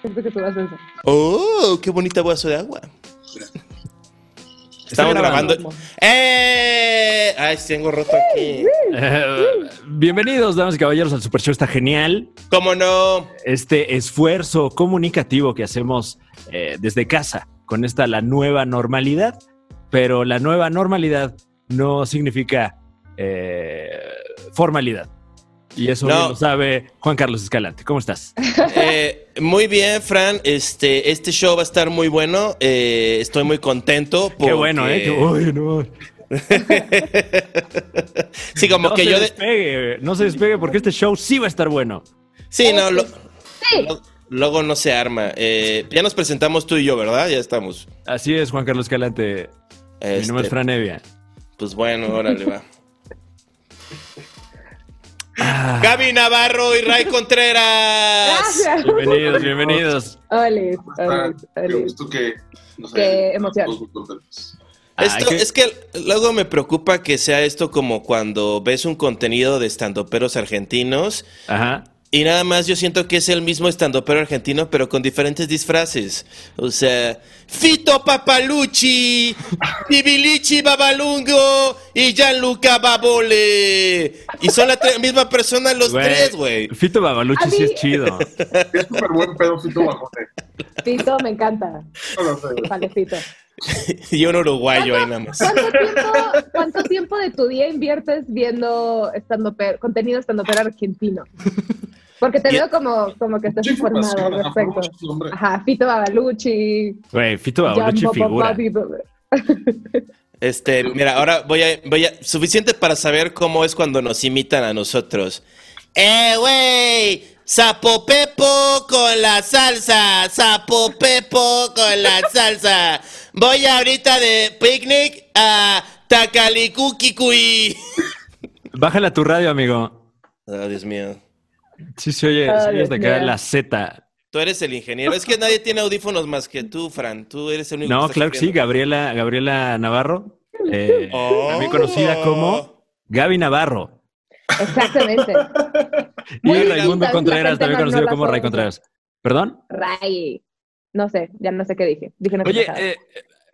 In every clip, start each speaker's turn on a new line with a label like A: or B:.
A: siempre que tú vas a eso.
B: ¡Oh! ¡Qué bonita vaso de agua! Estamos grabando.
A: grabando.
B: ¡Eh! ¡Ay, tengo roto aquí!
C: Eh, bienvenidos, damas y caballeros, al Super Show. Está genial
B: ¿Cómo no?
C: este esfuerzo comunicativo que hacemos eh, desde casa con esta la nueva normalidad. Pero la nueva normalidad no significa eh, formalidad. Y eso
B: No.
C: bien lo sabe Juan Carlos Escalante. ¿Cómo estás?
B: Eh, muy bien, Fran. Este, este show va a estar muy bueno. Eh, estoy muy contento.
C: Qué bueno, ¿eh?
B: porque-
C: Qué- uy, no.
B: sí, como
C: No
B: que
C: se
B: yo. de-
C: despegue, no se despegue porque este show sí va a estar bueno.
B: Sí, no, lo- lo- luego no se arma. Eh, ya nos presentamos tú y yo, ¿verdad? Ya estamos.
C: Así es, Juan Carlos Escalante. Mi nombre
B: Este,
C: es Fran Evia.
B: Pues bueno, órale, va.
C: Ah,
B: Gaby Navarro y Ray Contreras.
A: Gracias.
C: bienvenidos, bienvenidos.
A: Oles,
D: Fran,
A: oles,
D: Qué
A: oles.
D: gusto que nos
A: Qué
D: hayan-
A: emoción.
D: todos muy contentos.
B: Esto,
C: Ay, qué-
B: Es que luego me preocupa que sea esto como cuando ves un contenido de estandoperos argentinos
C: Ajá.
B: y nada más yo siento que es el mismo estandopero argentino pero con diferentes disfraces. O sea, Fito Papalucci, Pibilichi Babalungo y Gianluca Babole. Y son la tre- misma persona los
C: Güey,
B: tres, güey.
C: Fito Babaluchi
A: A
C: sí
A: mí-
C: es chido.
D: Es súper buen pedo, Fito Bajone.
A: Fito, me encanta.
D: No lo sé.
A: Vale, Fito.
B: Y un uruguayo ahí nada más.
A: ¿Cuánto tiempo, cuánto tiempo de tu día inviertes viendo estando contenido estando argentino? Porque te
B: Ya.
A: veo como, como que estás
D: Mucha
A: informado al
D: información, ajá,
A: respecto.
D: muchos nombres.
A: Ajá, Fito Babaluchi,
C: Güey, Fito
A: Jan
C: Babaluchi figura.
A: Babababi-
B: Este, mira, ahora voy a, voy a, suficiente para saber cómo es cuando nos imitan a nosotros. ¡Eh, güey! ¡Sapo Pepo con la salsa! ¡Sapo Pepo con la salsa! Voy ahorita de picnic a Tacalicuquicuy.
C: Bájale a tu radio, amigo.
B: Ah, Dios mío.
C: Sí se oye,
A: Ay,
C: se oye hasta
A: Dios
C: acá
A: mío.
C: la Z.
B: Tú eres el ingeniero. Es que nadie tiene audífonos más que tú, Fran. Tú eres el único
C: No,
B: está
C: claro que sí,
B: sufriendo.
C: Gabriela, Gabriela Navarro. eh,
B: Oh.
C: También conocida como Gaby Navarro.
A: Exactamente.
C: Y
A: Muy bien,
C: Raimundo
A: la
C: Contreras,
A: gente
C: también
A: no- no
C: conocido
A: la
C: como Ray
A: conoce.
C: Contreras. ¿Perdón?
A: Ray. No sé, ya no sé qué dije. Dije una
C: Oye,
A: pendejada.
C: eh,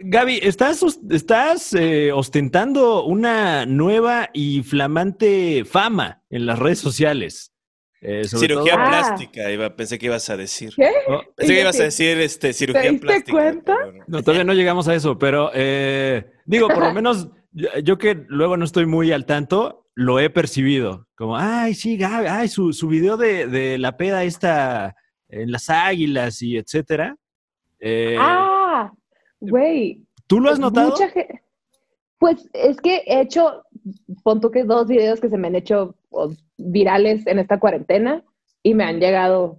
C: Gaby, estás, os- estás eh, ostentando una nueva y flamante fama en las redes sociales. Eh, sobre
B: Oh. Cirugía
A: todo- Ah.
B: plástica. iba- pensé que ibas a decir.
A: ¿Qué?
C: Oh,
B: Pensé
A: Y
B: que
A: yo
B: ibas
A: sí.
B: a decir este, cirugía
A: diste
B: plástica.
A: cuenta?
B: pero no.
C: No, todavía no llegamos a eso, pero eh, digo, por lo menos yo, yo que luego no estoy muy al tanto, lo he percibido. Como, ay, sí, Gaby, ay, su, su video de, de la peda esta en las águilas y etcétera. Eh,
A: ah, güey.
C: ¿Tú lo has notado?
A: Mucha ge- Pues es que he hecho, pon tú que dos videos que se me han hecho o, virales en esta cuarentena y me han llegado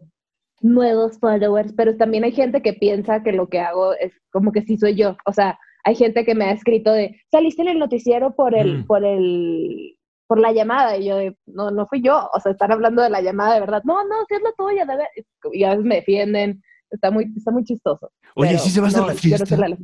A: nuevos followers, pero también hay gente que piensa que lo que hago es como que sí soy yo. O sea, hay gente que me ha escrito de, saliste en el noticiero por el,
C: Mm.
A: por el, por la llamada. Y yo de, no, no fui yo. O sea, están hablando de la llamada de verdad. No, no, sí es la tuya. de ver-". Y a veces me defienden. Está muy, está muy chistoso.
C: Oye,
A: Pero
C: sí se va a hacer
A: no,
C: la
A: yo no
C: fiesta.
A: sé la-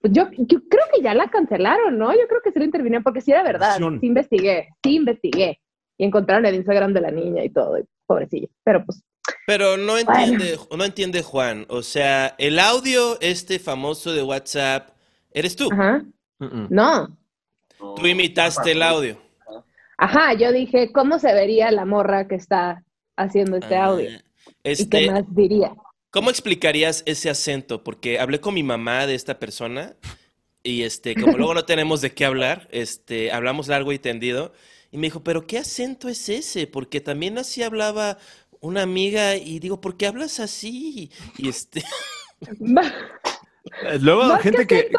A: Pues yo, yo creo que ya la cancelaron, ¿no? Yo creo que sí lo intervinieron porque sí era verdad.
C: Cancelación.
A: Sí investigué, sí investigué. Y encontraron el Instagram de la niña y todo, y pobrecilla. Pero pues,
B: Pero no entiende, no entiende Juan. O sea, el audio este famoso de WhatsApp, eres tú.
A: ajá,
C: Mm, mm.
A: no.
D: No.
B: Tú imitaste el audio.
A: Ajá, yo dije, ¿cómo se vería la morra que está haciendo este
B: Ah,
A: audio? ¿Y qué
B: Este,
A: más diría?
B: ¿cómo explicarías ese acento? Porque hablé con mi mamá de esta persona y este, como luego no tenemos de qué hablar, este, hablamos largo y tendido y me dijo, "¿Pero qué acento es ese?" Porque también así hablaba una amiga y digo, "¿Por qué hablas así?" Y este,
C: Eh, Luego,
A: Más
C: gente
A: que
C: que,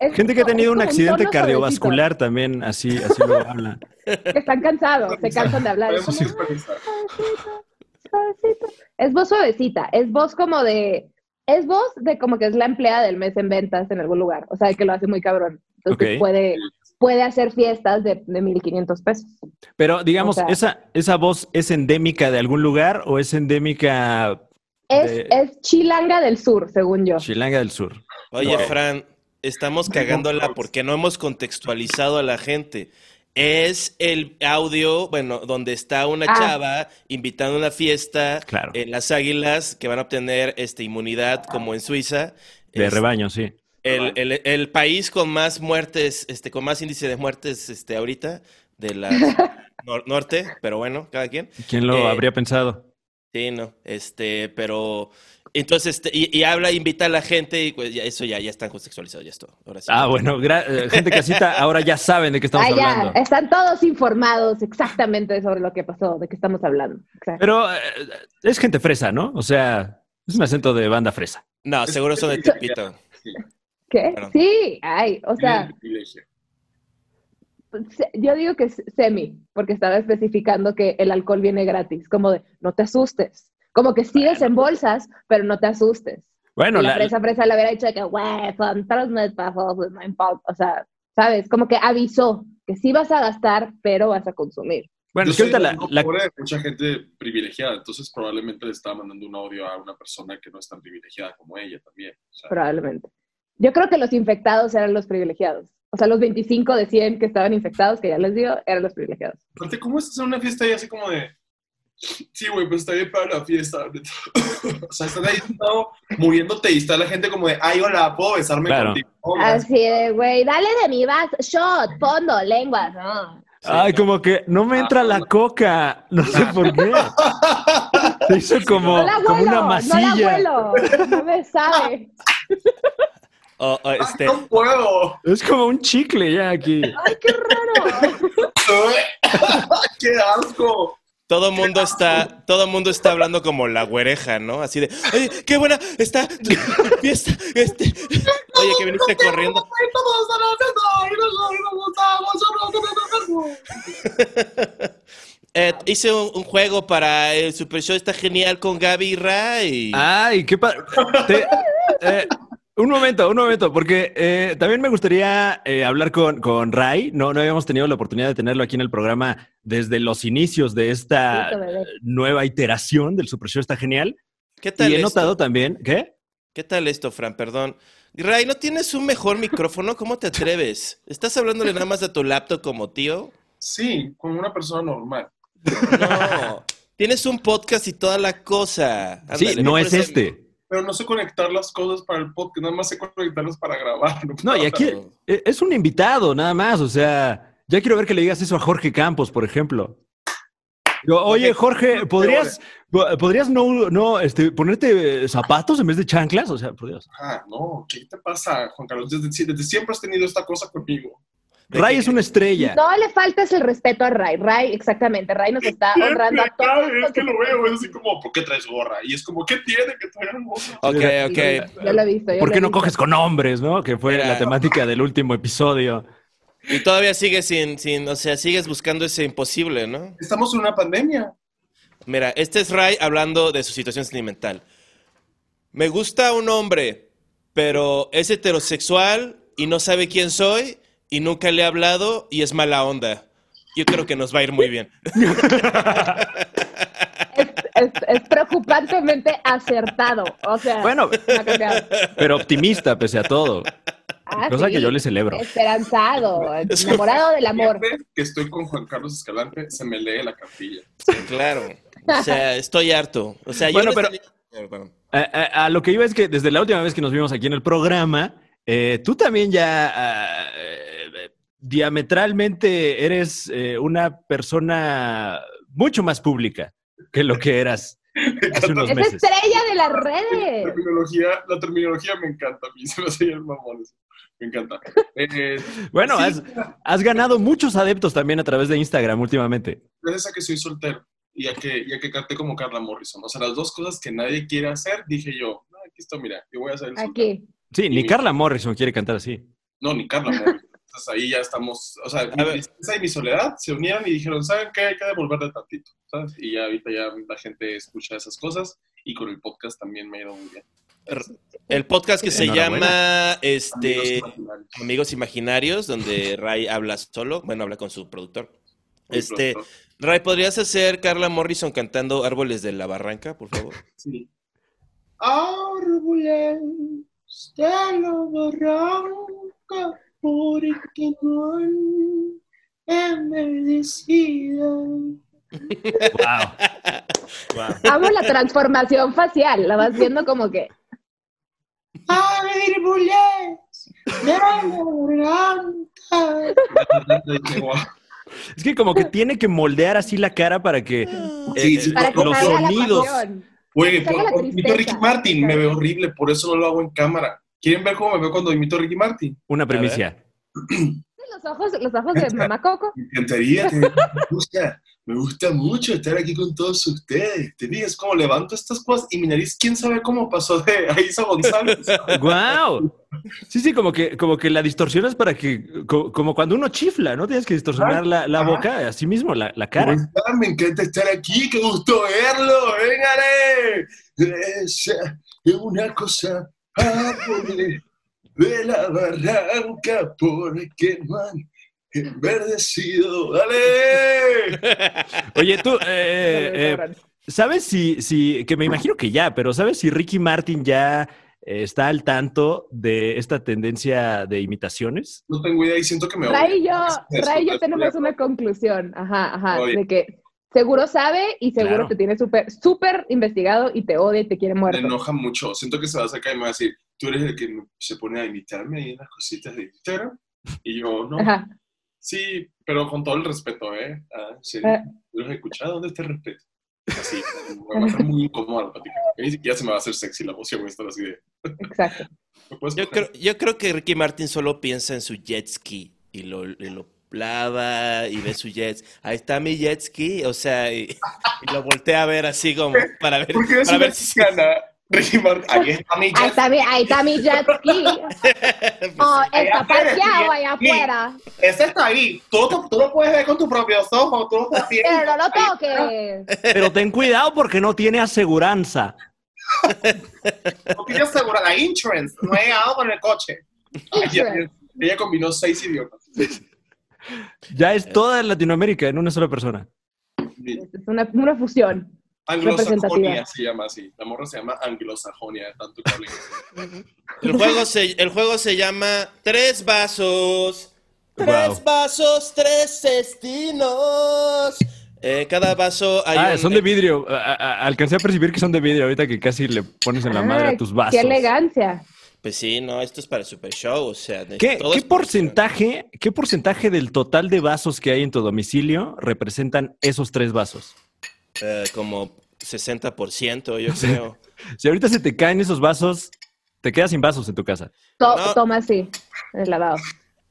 A: Es
C: gente que ha
A: como-
C: tenido
A: es
C: un
A: como
C: accidente
A: tono suavecito,
C: cardiovascular también, así, así lo habla.
A: que están cansados, se cansan de hablar. Es
D: Podemos
A: como,
D: ir para Instagram.
A: suavecito, suavecito. Es voz suavecita, es voz como de, es voz de como que es la empleada del mes en ventas en algún lugar, o sea, que lo hace muy cabrón. Entonces
C: Ok.
A: puede, puede hacer fiestas de, de 1500 pesos.
C: Pero digamos,
A: O sea-
C: esa, ¿esa voz es endémica de algún lugar o es endémica
A: Es,
C: De-
A: es chilanga del sur, según yo.
C: Chilanga del Sur?
B: Oye,
D: Wow.
B: Fran, estamos cagándola porque no hemos contextualizado a la gente. es el audio, bueno, donde está una
A: Ah.
B: chava invitando a una fiesta
C: Claro.
B: en las águilas que van a obtener este, inmunidad como en Suiza.
C: De
B: Es
C: rebaño, sí.
B: el, el- el país con más muertes, este, con más índice de muertes este, ahorita de la nor- norte, pero bueno, cada quien.
C: ¿Quién lo
B: Eh,
C: habría pensado?
B: Sí, no, este, pero entonces, este, y, y habla, invita a la gente y pues ya, eso ya, ya están sexualizados, ya es todo. Ahora sí.
C: Ah, bueno, gra- eh, gente casita, ahora ya saben de qué estamos
A: Ah, ya,
C: hablando.
A: están todos informados exactamente sobre lo que pasó, de qué estamos hablando. Exacto.
C: Pero eh, es gente fresa, ¿no? O sea, es un acento de banda fresa.
B: No, seguro son de Tepito.
D: Sí,
A: ¿Qué?
B: Perdón.
A: Sí, ay, o
D: tienen
A: sea,
D: el privilegio.
A: se- yo digo que es semi, porque estaba especificando que el alcohol viene gratis, como de no te asustes, como que sí desembolsas, pero no te asustes.
C: Bueno,
A: Y la,
C: la-
A: presa fresa le hubiera dicho de que, güey, son tres meses para todos, pues, no importa", o sea, ¿sabes? Como que avisó que sí vas a gastar, pero vas a consumir.
C: bueno,
D: Yo
C: es que
D: soy
C: ahorita la,
D: blanco,
C: la-
D: pobre, mucha gente privilegiada, entonces probablemente le estaba mandando un audio a una persona que no es tan privilegiada como ella también. O sea,
A: Probablemente. Yo creo que los infectados eran los privilegiados. O sea, los 25 de 100 que estaban infectados, que ya les digo, eran los privilegiados.
D: aparte, ¿cómo estás en una fiesta y así como de... Sí, güey, pues está bien para la fiesta. neta"? o sea, estás ahí sentado muriéndote y está la gente como de, ay, hola, ¿puedo besarme
C: Claro.
D: contigo? No, gracias.
A: Así de, güey, dale de mi vaso, shot, fondo, lengua, no.
C: Ay, como que no me entra la coca. No sé por qué. Se hizo como,
A: No la
C: como una
A: huelo, no
C: masilla.
A: la huelo, no me sabe.
B: O- o, este,
D: Ah, ¡No puedo!
C: Es como un chicle ya aquí.
A: Ay, qué raro.
D: ¡Qué asco!
B: todo mundo está, todo mundo está hablando como la güereja, ¿no? Así de, oye, qué buena está tu fiesta, este, oye, que viniste corriendo. Eh, hice un, un juego para el Super Show, está genial con Gaby Ra y...
C: Ay, qué padre. un momento, un momento, porque eh, también me gustaría eh, hablar con, con Ray. No, no habíamos tenido la oportunidad de tenerlo aquí en el programa desde los inicios de esta
A: Listo, bebé.
C: nueva iteración del Super Show. Está genial.
B: ¿Qué tal
C: Y he
B: esto?
C: notado también, ¿qué?
B: ¿Qué tal esto, Fran? Perdón. Ray, ¿no tienes un mejor micrófono? ¿Cómo te atreves? ¿Estás hablándole nada más a tu laptop como tío?
D: Sí, como una persona normal.
B: No. Tienes un podcast y toda la cosa.
C: sí,
B: Ándale,
C: no
B: por
C: es
B: eso-
C: este.
D: Pero no sé conectar las cosas para el podcast, nada más sé conectarlas para grabar.
C: No, y aquí
B: no.
C: eh, es un invitado, nada más. O sea, ya quiero ver que le digas eso a Jorge Campos, por ejemplo. Digo, Oye, Jorge, ¿podrías, po- ¿podrías no, no este, ponerte eh, zapatos en vez de chanclas? O sea, por Dios.
D: Ah, no, ¿qué te pasa, Juan Carlos? Desde, desde siempre has tenido esta cosa conmigo.
B: ¿De
C: Ray
B: qué-
C: es una estrella.
A: No le faltes el respeto a Ray. Ray, exactamente. Ray nos está honrando a
D: Cada
A: todos.
D: vez que lo veo es así como, ¿por qué traes gorra? Y es como, ¿qué tiene que traer gorra?
B: Ok,
A: Sí,
B: ok.
A: Yo lo he visto. yo
C: ¿Por
A: lo
C: qué
A: he
C: no
A: visto.
C: coges con hombres, no? Que fue
B: Mira.
C: la temática del último episodio.
B: Y todavía sigues sin, sin, o sea, sigues buscando ese imposible, ¿no?
D: Estamos en una pandemia.
B: Mira, este es Ray hablando de su situación sentimental. Me gusta un hombre, pero es heterosexual y no sabe quién soy y nunca le he hablado y es mala onda. Yo creo que nos va a ir muy bien.
A: Es, es- es preocupantemente acertado. O sea,
C: Bueno.
A: no ha cambiado.
C: Pero optimista, pese a todo.
A: Ah,
C: Cosa
A: sí.
C: que yo le celebro.
A: Esperanzado, enamorado del amor.
D: Siempre que estoy con Juan Carlos Escalante, se me lee la cartilla.
B: Claro. O sea, estoy harto. O sea, yo
C: Bueno,
B: no
C: pero-
B: estaría- Eh, bueno.
C: A, a- a lo que iba es que desde la última vez que nos vimos aquí en el programa, eh, tú también ya ah, eh, diametralmente eres eh, una persona mucho más pública que lo que eras hace
A: Es
C: unos
A: este
C: meses.
A: estrella de las
D: La
A: redes.
D: terminología, la terminología me encanta a mí, se me hace bien mamón eso. Me encanta. Eh,
C: Bueno,
D: sí,
C: has, has ganado muchos adeptos también a través de Instagram últimamente.
D: gracias a que soy soltero y a que, y a que canté como Carla Morrison. O sea, las dos cosas que nadie quiere hacer, dije yo, "No, aquí está, mira, yo voy a hacer el soltero".
A: Aquí.
C: Sí, ni
D: Sí.
C: Carla Morrison quiere cantar así.
D: No, ni Carla Morrison. Entonces ahí ya estamos, o sea, mi
B: ver.
D: tristeza y mi soledad se unieron y dijeron, ¿saben qué? Hay que devolverle tantito, ¿sabes? Y ya ahorita ya la gente escucha esas cosas y con el podcast también me ha ido muy bien.
B: El podcast que se llama este,
D: Amigos imaginarios.
B: Amigos Imaginarios, donde Ray habla solo, bueno, habla con su productor.
D: Muy
B: Este,
D: pronto.
B: Ray, ¿podrías hacer Carla Morrison cantando Árboles de la Barranca, por favor?
D: Sí. Árboles de la barranca, porque no Enverdecido.
C: Wow.
E: Wow.
A: Amo la transformación facial, la vas viendo como que.
D: Árboles de garganta.
B: eh,
D: Dije, "Guau".
C: Es que como que tiene que moldear así la cara para que
D: Sí,
C: eh,
D: sí,
C: eh,
A: Para que
C: los
A: salga
C: sonidos.
A: la pasión.
D: Güey,
A: Saca la
D: por- imito a Ricky
A: tristeza.
D: Martin, me veo horrible, por eso no lo hago en cámara. ¿Quieren ver cómo me veo cuando imito a Ricky Martin?
C: Una primicia.
A: Los ojos, los ojos de mamá Coco.
D: Me encantaría, te- me gusta, me gusta mucho estar aquí con todos ustedes. Te digas cómo levanto estas cosas y mi nariz, quién sabe cómo pasó de Aiza González.
C: Wow. Sí, sí, como que, como que la distorsionas para que, co- como, cuando uno chifla, ¿no? Tienes que distorsionar la, la
D: Ah, Ajá.
C: boca, así mismo, la, la
D: ¿Cómo
C: cara.
D: están? Me encanta estar aquí, qué gusto verlo, véngale. Esa es una cosa árbol de la barranca porque no han enverdecido, dale.
C: Oye, tú, eh, eh, ¿Sabes si, si, que me imagino que ya, pero ¿sabes si Ricky Martin ya eh, está al tanto de esta tendencia de imitaciones?
D: No tengo idea y siento que pues, me
A: Ray y yo,
D: Eso,
A: Ray y yo
D: eso,
A: tenemos
D: eso.
A: una conclusión, ajá, ajá,
D: Oye.
A: de que seguro sabe y seguro
C: Claro.
A: te tiene súper, súper investigado y te odia y te quiere
D: me
A: muerto.
D: enoja mucho. Siento que se va a sacar y me va a decir, tú eres el que me- se pone a imitarme ahí en las cositas de Instagram. Y yo, no.
A: Ajá.
D: Sí, pero con todo el respeto, ¿eh? Ah, sí.
A: Eh.
D: Yo los he escuchado, ¿dónde está el respeto? Así, me va a estar muy incómoda la plática. Ni siquiera se me va a hacer sexy la voz, yo voy a estar así de...
A: Exacto.
D: ¿me puedes
B: Yo
D: poner?
B: creo, yo creo que Ricky Martin solo piensa en su jet ski y lo, y lo lava y ve su jet ski. Ahí está mi jet ski, o sea, y, y lo voltea a ver así como para ver,
D: ¿Por qué es
B: para
D: una
B: ver si
D: mexicana? Ricky Martin, ahí está mi
A: Ahí
D: jazz.
A: está mi, ahí está mi jet ski. Oh, está parqueado allá
D: Sí.
A: afuera.
D: Ese está ahí. Tú, tú- tú lo puedes ver con tus propios ojos, tú lo estás viendo.
A: Pero no lo toques.
C: Pero ten cuidado porque no tiene aseguranza.
D: No tiene asegurar la insurance. No he llegado con el coche. Ella,
A: Insurance.
D: ella combinó seis idiomas.
C: Ya es toda Latinoamérica en una sola persona.
A: Es una, una fusión.
D: Anglosajonia
A: Representativa.
D: se llama así. La morra se llama anglosajonia, tanto que habla inglés.
B: El juego se, el juego se llama Tres Vasos. Tres
C: Wow.
B: vasos, tres destinos. Eh, cada vaso hay
C: Ah,
B: un- eh,
C: son de vidrio. A- a- alcancé a percibir que son de vidrio ahorita que casi le pones en la madre
A: Ay,
C: a tus vasos.
A: Qué elegancia.
B: Pues sí, no, esto es para el Super Show, o sea... de-
C: ¿Qué,
B: todo
C: qué
B: es-
C: porcentaje, ¿Qué porcentaje del total de vasos que hay en tu domicilio representan esos tres vasos?
B: Eh, como 60%, yo creo.
C: Si ahorita se te caen esos vasos, te quedas sin vasos en tu casa.
A: To-
B: No.
A: Toma así, el lavado.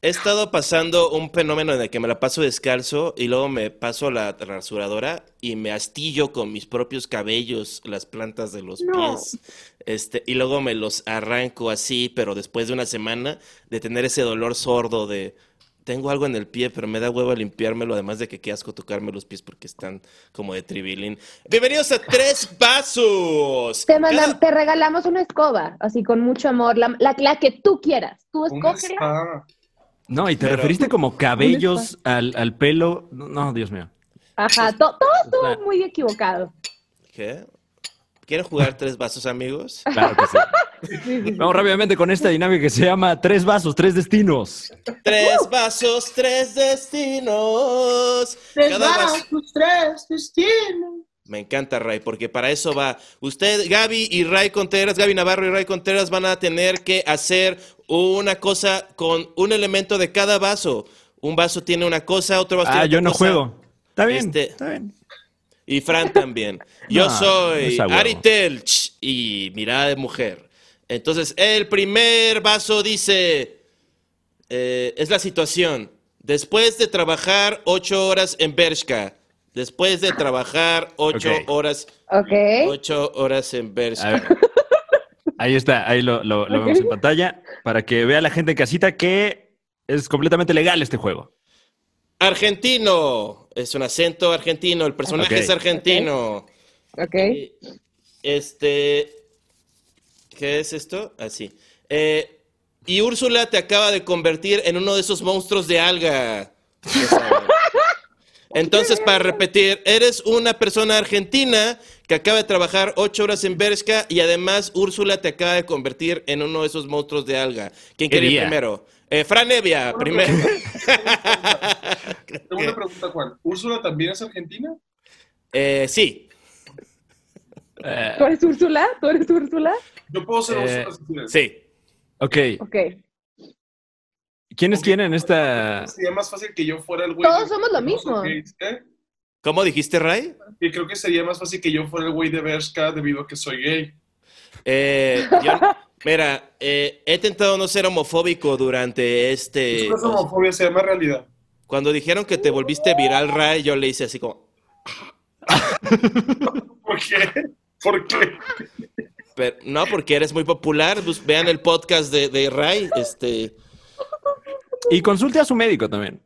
B: He estado pasando un fenómeno en el que me la paso descalzo y luego me paso la rasuradora y me astillo con mis propios cabellos las plantas de los
A: No.
B: pies. Este, y luego me los arranco así, pero después de una semana de tener ese dolor sordo de tengo algo en el pie, pero me da huevo limpiármelo, además de que qué asco tocarme los pies porque están como de tribilín. Bienvenidos a Tres Vasos.
A: Te, mandan-
B: Cada-
A: te regalamos una escoba, así con mucho amor, la, la, la que tú quieras. Tú
D: Una
A: escógela.
D: spa.
C: No, y te
B: Pero-
C: referiste como cabellos al, al pelo. No, no, Dios mío.
A: Ajá, to- todo
C: O sea-
A: estuvo muy equivocado.
B: ¿Qué? ¿Quieren jugar Tres Vasos, amigos?
C: Claro que sí. Vamos rápidamente con esta dinámica que se llama Tres Vasos, Tres Destinos.
B: Tres vasos, tres destinos.
D: Tres
B: Cada vaso-
D: vasos, tres destinos.
B: Me encanta, Ray, porque para eso va. Usted, Gaby y Ray Contreras, Gaby Navarro y Ray Contreras van a tener que hacer una cosa con un elemento de cada vaso. Un vaso tiene una cosa, otro vaso
C: Ah,
B: tiene otra
C: yo no
B: cosa.
C: juego. Está bien.
B: Este-
C: Está bien.
B: Y Fran también. Yo
C: No, no
B: soy
C: sea Ah, huevo.
B: Ari Telch y mirada de mujer. Entonces, el primer vaso dice, eh, es la situación. Después de trabajar ocho horas en Bershka. Después de trabajar ocho
C: Ok.
B: horas,
A: Ok.
B: ocho horas en
C: A
B: Bershka.
C: ver. Ahí está, ahí lo, lo- lo vemos en pantalla para que vea la gente en casita que es completamente legal este juego.
B: Argentino. Es un acento argentino. El personaje
C: Ok.
B: es argentino.
A: Ok.
B: Eh, Este. ¿Qué es esto? Así. Eh, y Úrsula te acaba de convertir en uno de esos monstruos de alga. Ya saben. Entonces, para repetir, eres una persona argentina que acaba de trabajar ocho horas en Bershka y además Úrsula te acaba de convertir en uno de esos monstruos de alga. ¿Quién
C: ¿Qué
B: quiere ir
C: día?
B: primero? Eh, Fran Evia,
D: Una
B: primero.
C: Eh.
D: Segunda pregunta, Juan. ¿Úrsula también es argentina?
B: Eh, sí,
C: Eh,
A: ¿Tú eres Úrsula? ¿Tú eres Úrsula?
D: Yo puedo ser
C: Eh,
D: Úrsula si quieres.
B: sí.
C: ok.
A: Ok.
C: ¿Quiénes
D: Ok.
C: tienen esta...?
D: Sería más fácil que yo fuera el güey.
A: Todos
D: de-
A: somos lo
D: de los
A: mismo.
D: gays, ¿eh?
B: ¿Cómo dijiste, Ray?
D: Y creo que sería más fácil que yo fuera el güey de Bershka debido a que soy gay.
B: Eh, yo- mira, eh, he intentado no ser homofóbico durante este...
D: Eso no es homofobia, se llama realidad.
B: Cuando dijeron que te volviste viral, Ray, yo le hice así como...
D: ¿Por qué? ¿Por qué?
B: Pero- no, porque eres muy popular. Pues vean el podcast de, de Ray. Este,
C: Y consulte a su médico también.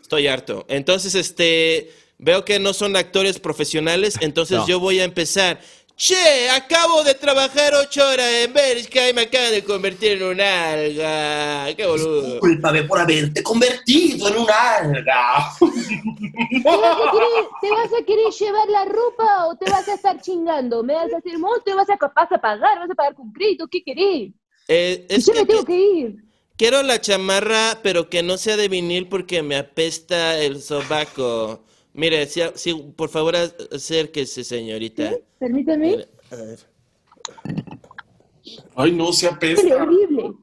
B: estoy harto. Entonces, este, veo que no son actores profesionales. Entonces
C: No.
B: yo voy a empezar. Che, acabo de trabajar ocho horas en Bélgica y me acaban de convertir en un alga. Qué boludo.
D: Discúlpame por haberte convertido en un alga.
A: ¿Te vas, a querer, te vas a querer llevar la ropa o te vas a estar chingando? ¿Me vas a decir, monstruo? ¿Vas a, vas a pagar? ¿Vas a pagar con crédito? ¿Qué querés?
B: Eh, es
A: Yo
B: que
A: me tengo que ir.
B: quiero la chamarra, pero que no sea de vinil porque me apesta el sobaco. Mire, sí, sí, por favor acérquese, señorita.
A: Permítame.
B: A ver.
D: Ay, no, se
A: ¡Qué
D: apesta.
A: horrible!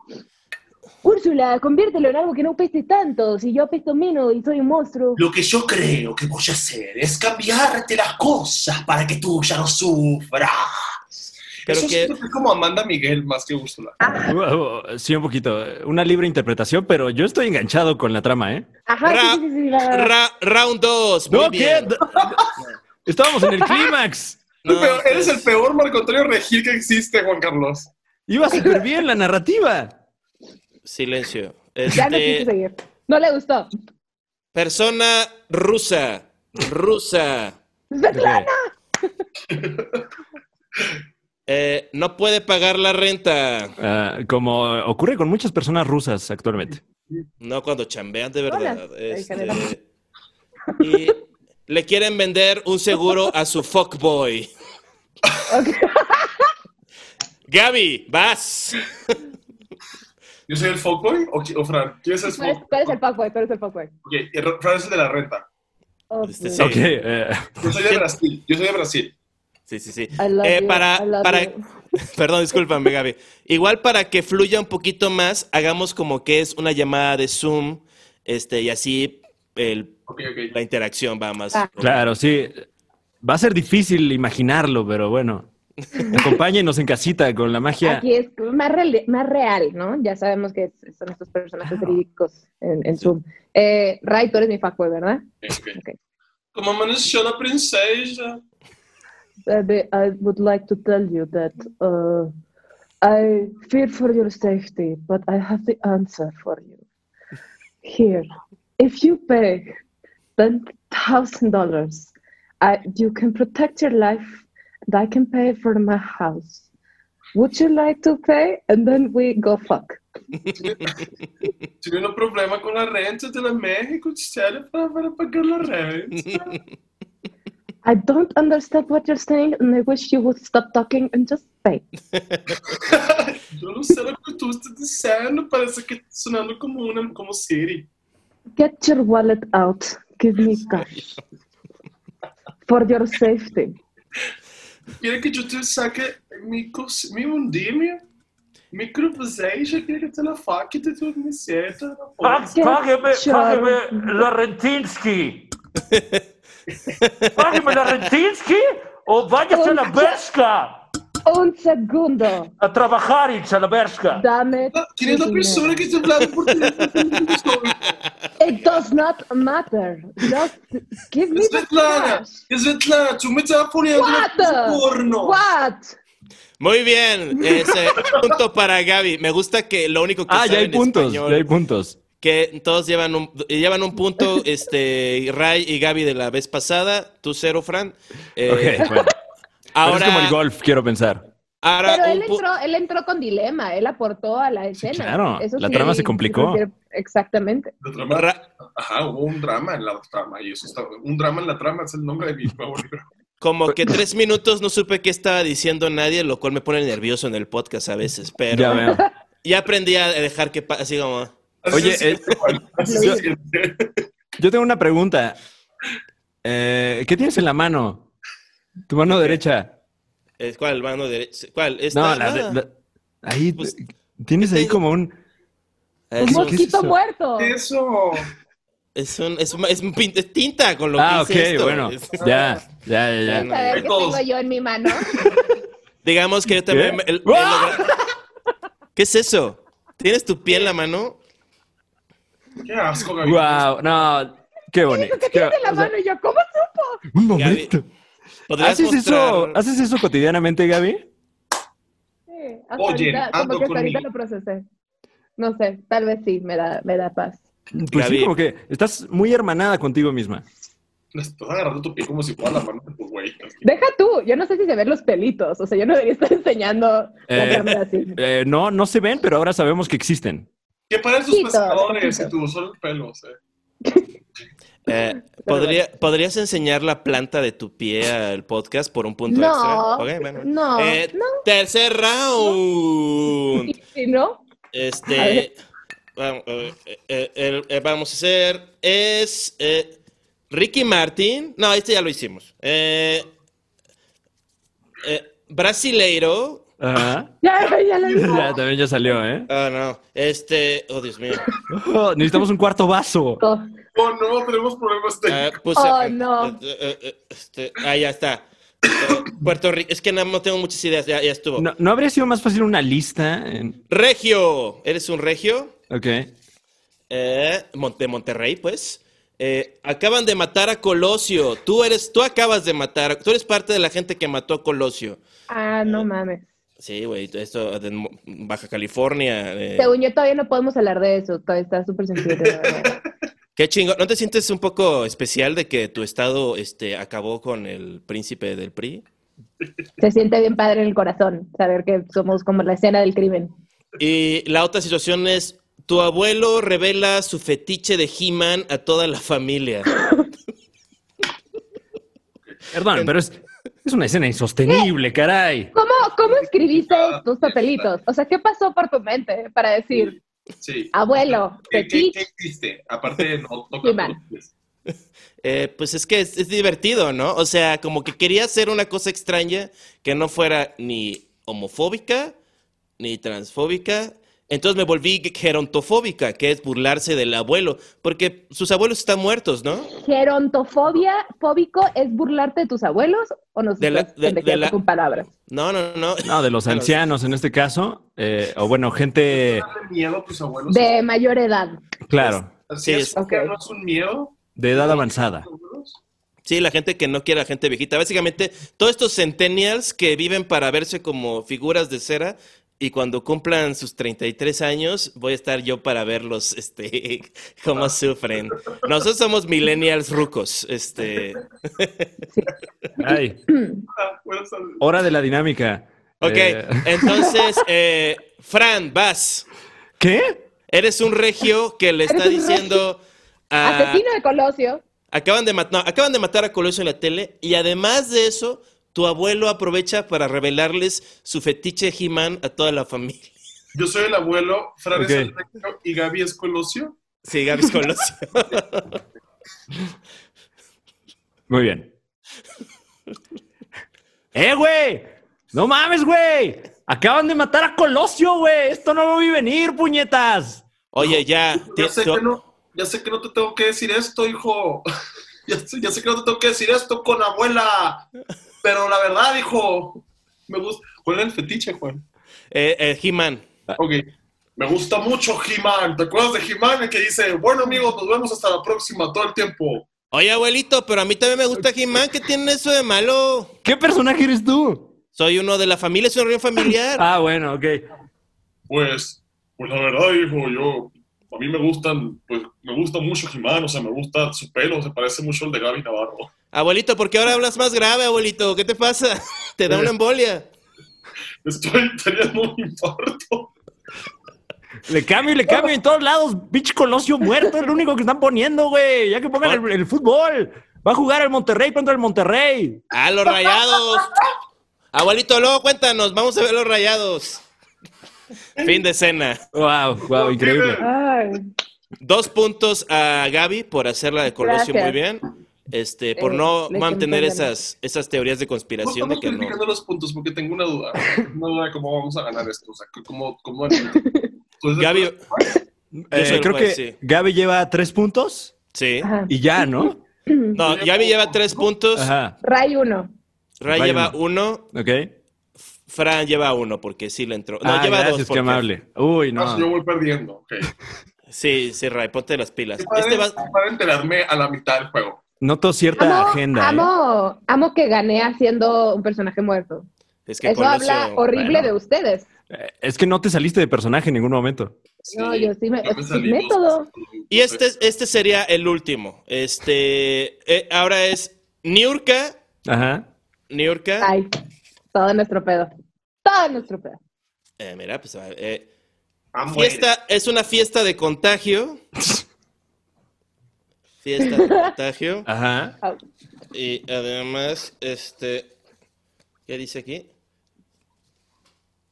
A: Úrsula, conviértelo en algo que no peste tanto. Si yo apesto menos y soy un monstruo.
E: Lo que yo creo que voy a hacer es cambiarte las cosas para que tú ya no sufras.
B: Pero
D: Eso
B: que-
D: siento que es como Amanda Miguel más que Úrsula.
C: Uh, uh, Sí, un poquito. Una libre interpretación, pero yo estoy enganchado con la trama, ¿eh?
A: Ajá,
B: Ra-
A: sí, sí, sí, sí, va, va, va.
B: Ra- round 2.
C: No, ¿qué? Estábamos en el clímax.
D: Tú peor- eres
B: pues,
D: el peor Marco Antonio Regil que existe, Juan Carlos.
C: Iba súper bien la narrativa.
B: Silencio.
A: Ya no
B: Este,
A: quise seguir. No le gustó.
B: persona rusa. Rusa. Eh, no puede pagar la renta.
C: Ah, como ocurre con muchas personas rusas actualmente.
B: No cuando chambean de
A: Hola,
B: verdad.
A: en
B: Este,
A: general.
B: y le quieren vender un seguro a su fuckboy. Gaby, vas.
D: ¿Yo soy el fuckboy o, qui- o Fran? ¿Quién es el
A: Tú eres,
D: fuckboy?
A: tú eres el fuckboy, tú eres el fuckboy.
D: Ok, el- Fran es el de la renta.
A: Ok.
B: Este,
C: Ok. eh,
D: Yo soy de Brasil. Yo soy de Brasil.
B: Sí, sí, sí.
A: I love
B: Eh,
A: you,
B: para,
A: I love
B: para,
A: you.
B: perdón, discúlpame, Gaby. Igual para que fluya un poquito más, hagamos como que es una llamada de Zoom, este, y así el-
D: Ok, ok.
B: la interacción va más.
A: Ah.
C: claro, sí. Va a ser difícil imaginarlo, pero bueno. Acompáñenos en casita con la magia.
A: Aquí es más, real, más real, ¿no? Ya sabemos que es- son estos personajes verídicos en, en Zoom. Eh, Ray, tú eres mi fuckboy, ¿verdad?
D: okay.
A: Ok.
D: Como amaneció la princesa.
A: Baby, I would like to tell you that uh, I fear for your safety, but I have the answer for you. Here, if you pay ten thousand dollars, you can protect your life, and I can pay for my house. Would you like to pay? And then we go fuck.
D: Tiene un problema con la renta de la México. Sério, para, para pagar la renta.
A: I don't understand what you're saying, and I wish you would stop talking and just pay.
D: Eu não sei o que tu está dizendo. Parece que está sonando como uma como Siri.
A: Get your wallet out. Give me cash. For your safety.
D: Queria que tu te saque me cons- me undime. Me cruzeja, queria que tu na faca te tu me seta.
A: Get
F: Págame,
A: your-
F: págame la Rentinsky. Págame la Rentinsky o váyase a la Bershka
A: Un segundo.
F: a trabajar, Itch, a la Bershka.
A: Dame.
D: Querida
A: tu
D: pessoa que te falava por telefone.
A: dinero. It does not matter. Just give me the
D: Svetlana,
A: cash.
D: Svetlana, tu me está poniendo
A: What?
D: porno.
A: What?
B: Muy bien, ese punto para Gaby. Me gusta que lo único que
C: Ah, ya
B: sabe
C: hay
B: en
C: puntos,
B: español,
C: ya hay puntos.
B: que todos llevan un llevan un punto, este Ray y Gaby de la vez pasada, tú cero, Fran. Eh,
C: Ok, bueno. Pero
B: Ahora,
C: es como el golf, quiero pensar.
B: ahora
A: Pero él
B: un pu-
A: entró, él entró con dilema. Él aportó a la escena.
C: claro, la trama se complicó.
A: Exactamente.
D: El drama-
B: Ra-
D: Ajá, hubo un drama en la trama y eso está... Un drama en la trama es el nombre de mi nuevo libro.
B: como que tres minutos no supe qué estaba diciendo nadie, lo cual me pone nervioso en el podcast a veces, pero
C: Ya veo.
B: Ya aprendí a dejar que pa- así como.
C: Oye,
D: Así se
C: eh,
D: siente, Juan, así se
A: yo-
D: siente.
C: Yo tengo una pregunta. Eh, ¿Qué tienes en la mano? Tu mano derecha.
B: eh, ¿Cuál? Mano derecha. ¿Cuál? Esta, ah,
C: No, la, de-
B: nada.
C: la- ahí
B: Pues,
C: t- tienes ahí
B: tengo?
C: como un.
A: Un
B: Ah, es, un,
C: ¿qué es
A: mosquito
C: eso?
A: muerto.
D: Eso.
B: es, un, es, un- es un pin- es tinta con lo que
C: Ah, ok,
B: hice esto.
C: bueno.
B: Es-
C: Ya, ya, ya. ya.
A: A ver qué
D: Todos.
A: tengo yo en mi mano.
B: Digamos que yo
C: ¿Qué?
B: también. me- el- he
C: ¡Ah!
B: logrado- ¿Qué es eso? ¿Tienes tu pie en la mano?
D: Qué asco, Gaby.
C: Wow, no. Qué bonito.
A: ¿Qué tienes en la
C: o sea,
A: mano? Y yo, ¿cómo supo?
C: un
B: Gaby,
C: momento.
B: ¿Podrías
C: ¿Haces eso,
B: mostrar-
C: ¿Haces eso cotidianamente, Gaby?
A: Sí, hasta
D: Oye,
A: ahorita,
D: ando
A: como que
D: con
A: hasta ahorita
D: mi-
A: lo procesé. No sé, tal vez sí, me da, me da paz.
C: Pues
B: Gaby.
C: sí, como que estás muy hermanada contigo misma.
D: Le estás agarrando tu pie como si fuera la mano de tu güey.
A: Deja tú, yo no sé si se ven los pelitos, o sea, yo no debería estar enseñando
C: Eh,
A: la cámara así.
C: Eh, no, no se ven, pero ahora sabemos que existen.
D: ¿Qué paran sus
A: Poquito,
D: pescadores y
A: poquito.
D: tú? Solo el pelo, o sea.
B: Eh, ¿podría- ¿Podrías enseñar la planta de tu pie al podcast por un punto
A: No,
B: extra? Ok, bueno.
A: no,
B: Eh,
A: no.
B: Tercer round.
A: Y si no, A
B: Este.
A: ver.
B: Vamos, eh, eh, el- eh, vamos a hacer. Es. eh, Ricky Martin. No, este ya lo hicimos. Eh, eh, Brasileiro.
C: Ajá.
A: ya, ya la
C: Ya, también ya salió, ¿eh?
B: Ah, no. Este. Oh, Dios mío.
C: Oh, necesitamos un cuarto vaso.
A: Oh,
D: Oh, no, tenemos problemas
B: Ah,
D: técnicos.
B: puse-
A: Oh, no.
B: eh, eh, eh, este, ah, ya está. Eh, Puerto Rico. Es que no, no tengo muchas ideas. Ya, ya estuvo.
C: ¿No, no habría sido más fácil una lista? en-
B: Regio. ¿Eres un regio?
C: Ok.
B: Eh, Mon- de Monterrey, pues. Eh, acaban de matar a Colosio. Tú eres, tú acabas de matar. Tú eres parte de la gente que mató a Colosio.
A: Ah, no mames.
B: Sí, güey. Esto de Mo- Baja California. eh.
A: Según yo, todavía no podemos hablar de eso. Todavía está súper sensible. la verdad.
B: Qué chingo. ¿No te sientes un poco especial de que tu estado, este, acabó con el príncipe del PRI?
A: Se siente bien padre en el corazón saber que somos como la escena del crimen.
B: Y la otra situación es tu abuelo revela su fetiche de He-Man a toda la familia.
C: Perdón, pero es, es una escena insostenible, caray.
A: ¿Cómo, cómo escribiste tus papelitos? O sea, ¿qué pasó por tu mente para decir,
D: Sí.
A: abuelo,
D: ¿Qué, qué, qué
A: fetiche?
D: existe? Aparte de no
A: Ah, Sí,
D: tocar
A: man.
D: los pies.
B: Eh, pues es que es, es divertido, ¿no? O sea, como que quería hacer una cosa extraña que no fuera ni homofóbica ni transfóbica. Entonces me volví gerontofóbica, que es burlarse del abuelo, porque sus abuelos están muertos, ¿no?
A: Gerontofobia, fóbico, es burlarte de tus abuelos o nos
B: De la-
A: estás
B: de- de
A: pendejeando
B: la-
A: con palabras.
B: No, no, no.
C: No, de los
B: Bueno,
C: ancianos en este caso. eh, o bueno, gente,
D: Darle miedo a tus abuelos.
A: De mayor edad.
C: claro,
B: Sí,
D: Así es,
A: es-
D: que no es un miedo.
C: de edad avanzada.
B: Sí, la gente que no quiere a la gente viejita. Básicamente, todos estos centennials que viven para verse como figuras de cera y cuando cumplan sus 33 años, voy a estar yo para verlos, este, cómo sufren. Nosotros somos millennials rucos, este.
C: Ay,
D: Ah, buenas tardes.
C: hora de la dinámica.
B: Ok,
C: Eh,
B: entonces, eh, Fran, vas.
C: ¿Qué?
B: Eres un regio que le
A: Eres
B: está
A: un regio.
B: diciendo a...
A: Asesino de Colosio.
B: Acaban de, mat- no, acaban de matar a Colosio en la tele y además de eso, tu abuelo aprovecha para revelarles su fetiche He-Man a toda la familia.
D: Yo soy el abuelo, Fran
C: Ok.
D: es el recto y Gaby es Colosio.
B: Sí, Gaby Colosio.
C: Muy bien. ¡Eh, güey! ¡No mames, güey! Acaban de matar a Colosio, güey. Esto no lo vi venir, puñetas.
B: Oye, ya.
D: Ya
B: te-
D: sé,
B: tu-
D: que no, ya sé que no te tengo que decir esto, hijo. Ya sé, ya sé que no te tengo que decir esto con abuela. Pero la verdad, hijo, me gusta. ¿Cuál era el fetiche, Juan?
B: eh, eh, He-Man.
D: Ok. Me gusta mucho He-Man. ¿Te acuerdas de He-Man? El que dice, bueno, amigos, nos vemos hasta la próxima, todo el tiempo.
B: Oye, abuelito, pero a mí también me gusta He-Man. ¿Qué tiene eso de malo?
C: ¿Qué personaje eres tú?
B: Soy uno de la familia, es un reunión familiar.
C: Ah, bueno, ok.
D: Pues, pues la verdad, hijo, yo... A mí me gustan, pues, me gusta mucho He-Man. O sea, me gusta su pelo. Se parece mucho al de Gaby Navarro.
B: Abuelito, ¿por qué ahora hablas más grave, abuelito? ¿Qué te pasa? Te da una embolia.
D: Estoy teniendo un infarto.
C: Le cambio y le cambio en todos lados. Pinche Colosio muerto, es lo único que están poniendo, güey. Ya que pongan el, el fútbol. Va a jugar el Monterrey contra el Monterrey.
B: Ah, los rayados. Abuelito, luego cuéntanos. Vamos a ver los rayados. Fin de escena.
C: Wow, wow, increíble.
A: Ay,
B: Dos puntos a Gaby por hacerla de Colosio
A: Gracias.
B: muy bien. Este, por
A: Eh,
B: no
A: le
B: mantener
A: siento ganas.
B: esas, esas teorías de
D: No
B: conspiración de
D: estamos
B: que no.
D: calificando los puntos porque tengo una duda. Una duda de cómo vamos a ganar esto. O sea, cómo... cómo... Entonces,
B: Gaby,
C: Eh,
B: soy el
C: creo
B: juez,
C: que
B: sí.
C: Gaby lleva tres puntos
B: sí.
A: ajá.
C: y ya, ¿no?
B: No, Gaby lleva tres puntos,
C: Ajá.
A: Ray uno.
B: Ray
C: Ray
B: lleva uno,
C: Ok.
B: Fran lleva uno porque sí le entró. No,
C: ah,
B: lleva
C: gracias,
B: dos.
C: qué
B: porque-
C: amable. Uy,
D: ah,
C: no.
D: Yo voy perdiendo. Ok.
B: Sí, sí, Ray, ponte las pilas.
D: Qué padre-
B: Este va-
D: Para enterarme a la mitad del juego.
C: Noto cierta
A: Amo,
C: agenda. ¿eh?
A: amo, amo que gané haciendo un personaje muerto.
B: Es que
A: Eso
B: Colosio,
A: habla horrible
B: bueno,
A: de ustedes.
C: Eh, Es que no te saliste de personaje en ningún momento.
A: No, yo sí me-
D: no
A: es
D: salí, no
A: método.
D: sé.
B: Y este, este sería el último. Este, eh, ahora es Niurka.
C: Ajá.
B: Niurka.
A: Ay, todo nuestro pedo. Todo nuestro pedo.
B: Eh, mira, pues, eh,
D: Ah, muere.
B: Fiesta, es una fiesta de contagio. Fiesta de contagio.
C: Ajá.
A: Au.
B: Y además, este. ¿Qué dice aquí?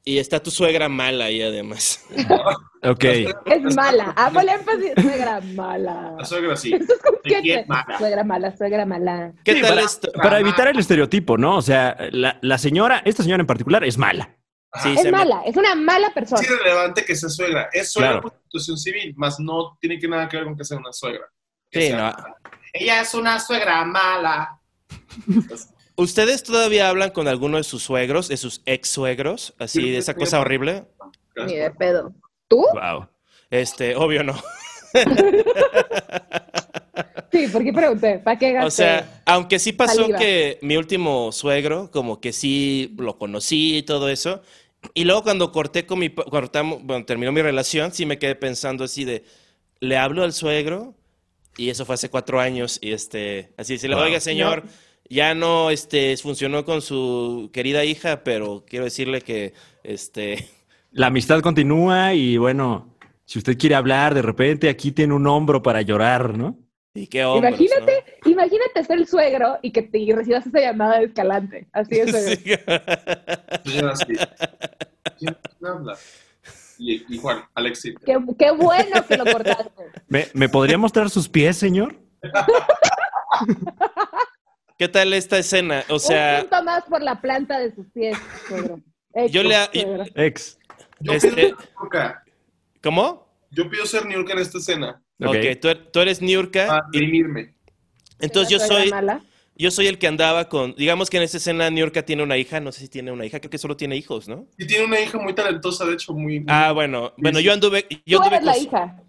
B: Y está tu suegra mala ahí, además.
C: Ok.
D: Pues,
A: Es mala. Hago el énfasis. Suegra mala.
D: La suegra sí.
A: Eso es como
D: pues.
A: que-
D: ¿De quién mala?
A: Suegra mala, suegra mala.
B: ¿Qué
C: Sí,
B: tal
C: para,
B: esto?
C: para evitar el estereotipo, ¿no? O sea, la, la señora, esta señora en particular, es mala.
B: Sí, se
A: Es
B: me-
A: mala, es una mala persona.
D: Es irrelevante que sea suegra. Es suegra
C: Claro.
D: por institución civil, más no tiene que nada que ver con que sea una suegra. Que
B: Sí,
D: sea-
B: no.
D: Ella es una suegra mala.
B: ¿Ustedes todavía hablan con alguno de sus suegros, de sus ex suegros? Así, de esa cosa horrible.
A: Ni de pedo. ¿Tú?
C: Wow.
B: Este, obvio no.
A: Sí, porque pregunté, ¿para qué gasté?
B: O sea, aunque sí pasó
A: Saliva.
B: que mi último suegro, como que sí lo conocí y todo eso. Y luego cuando corté con mi, pa- cortamos, bueno, terminó mi relación, sí me quedé pensando así de, le hablo al suegro y eso fue hace cuatro años y este, así se le
C: Wow.
B: oiga señor, ya no, este, funcionó con su querida hija, pero quiero decirle que, este,
C: La amistad continúa y bueno, si usted quiere hablar, de repente aquí tiene un hombro para llorar, ¿no?
B: y qué hombros, ¿no?".
A: Imagínate, imagínate ser el suegro y que te y recibas esa llamada de Escalante. Así es. suegro.
B: Sí.
D: Señora sí. ¿Quién habla? Y, y Juan, Alexis.
A: Qué, qué bueno que lo cortaste.
C: ¿Me, me podría mostrar sus pies, señor?
B: ¿Qué tal esta escena? O sea,
A: Un punto más por la planta de sus pies, suegro. Hecho,
B: Yo le-
A: suegro.
C: Ex.
D: Yo
B: Este-
D: pido ser Niurka.
B: ¿cómo?
D: Yo pido ser Niurka en esta escena.
C: Ok.
B: Ok, tú, er- tú eres Niurka,
D: Para redimirme.
B: entonces yo
A: Una suegra
B: soy...
A: mala.
B: Yo soy el que andaba con, digamos que en esa escena New York tiene una hija, no sé si tiene una hija, creo que solo tiene hijos, ¿no?
D: Y tiene una hija muy talentosa, de hecho, muy. muy-
B: Ah, bueno, bueno, yo anduve, yo
A: Tú
B: anduve
A: eres la
B: con-
A: hija.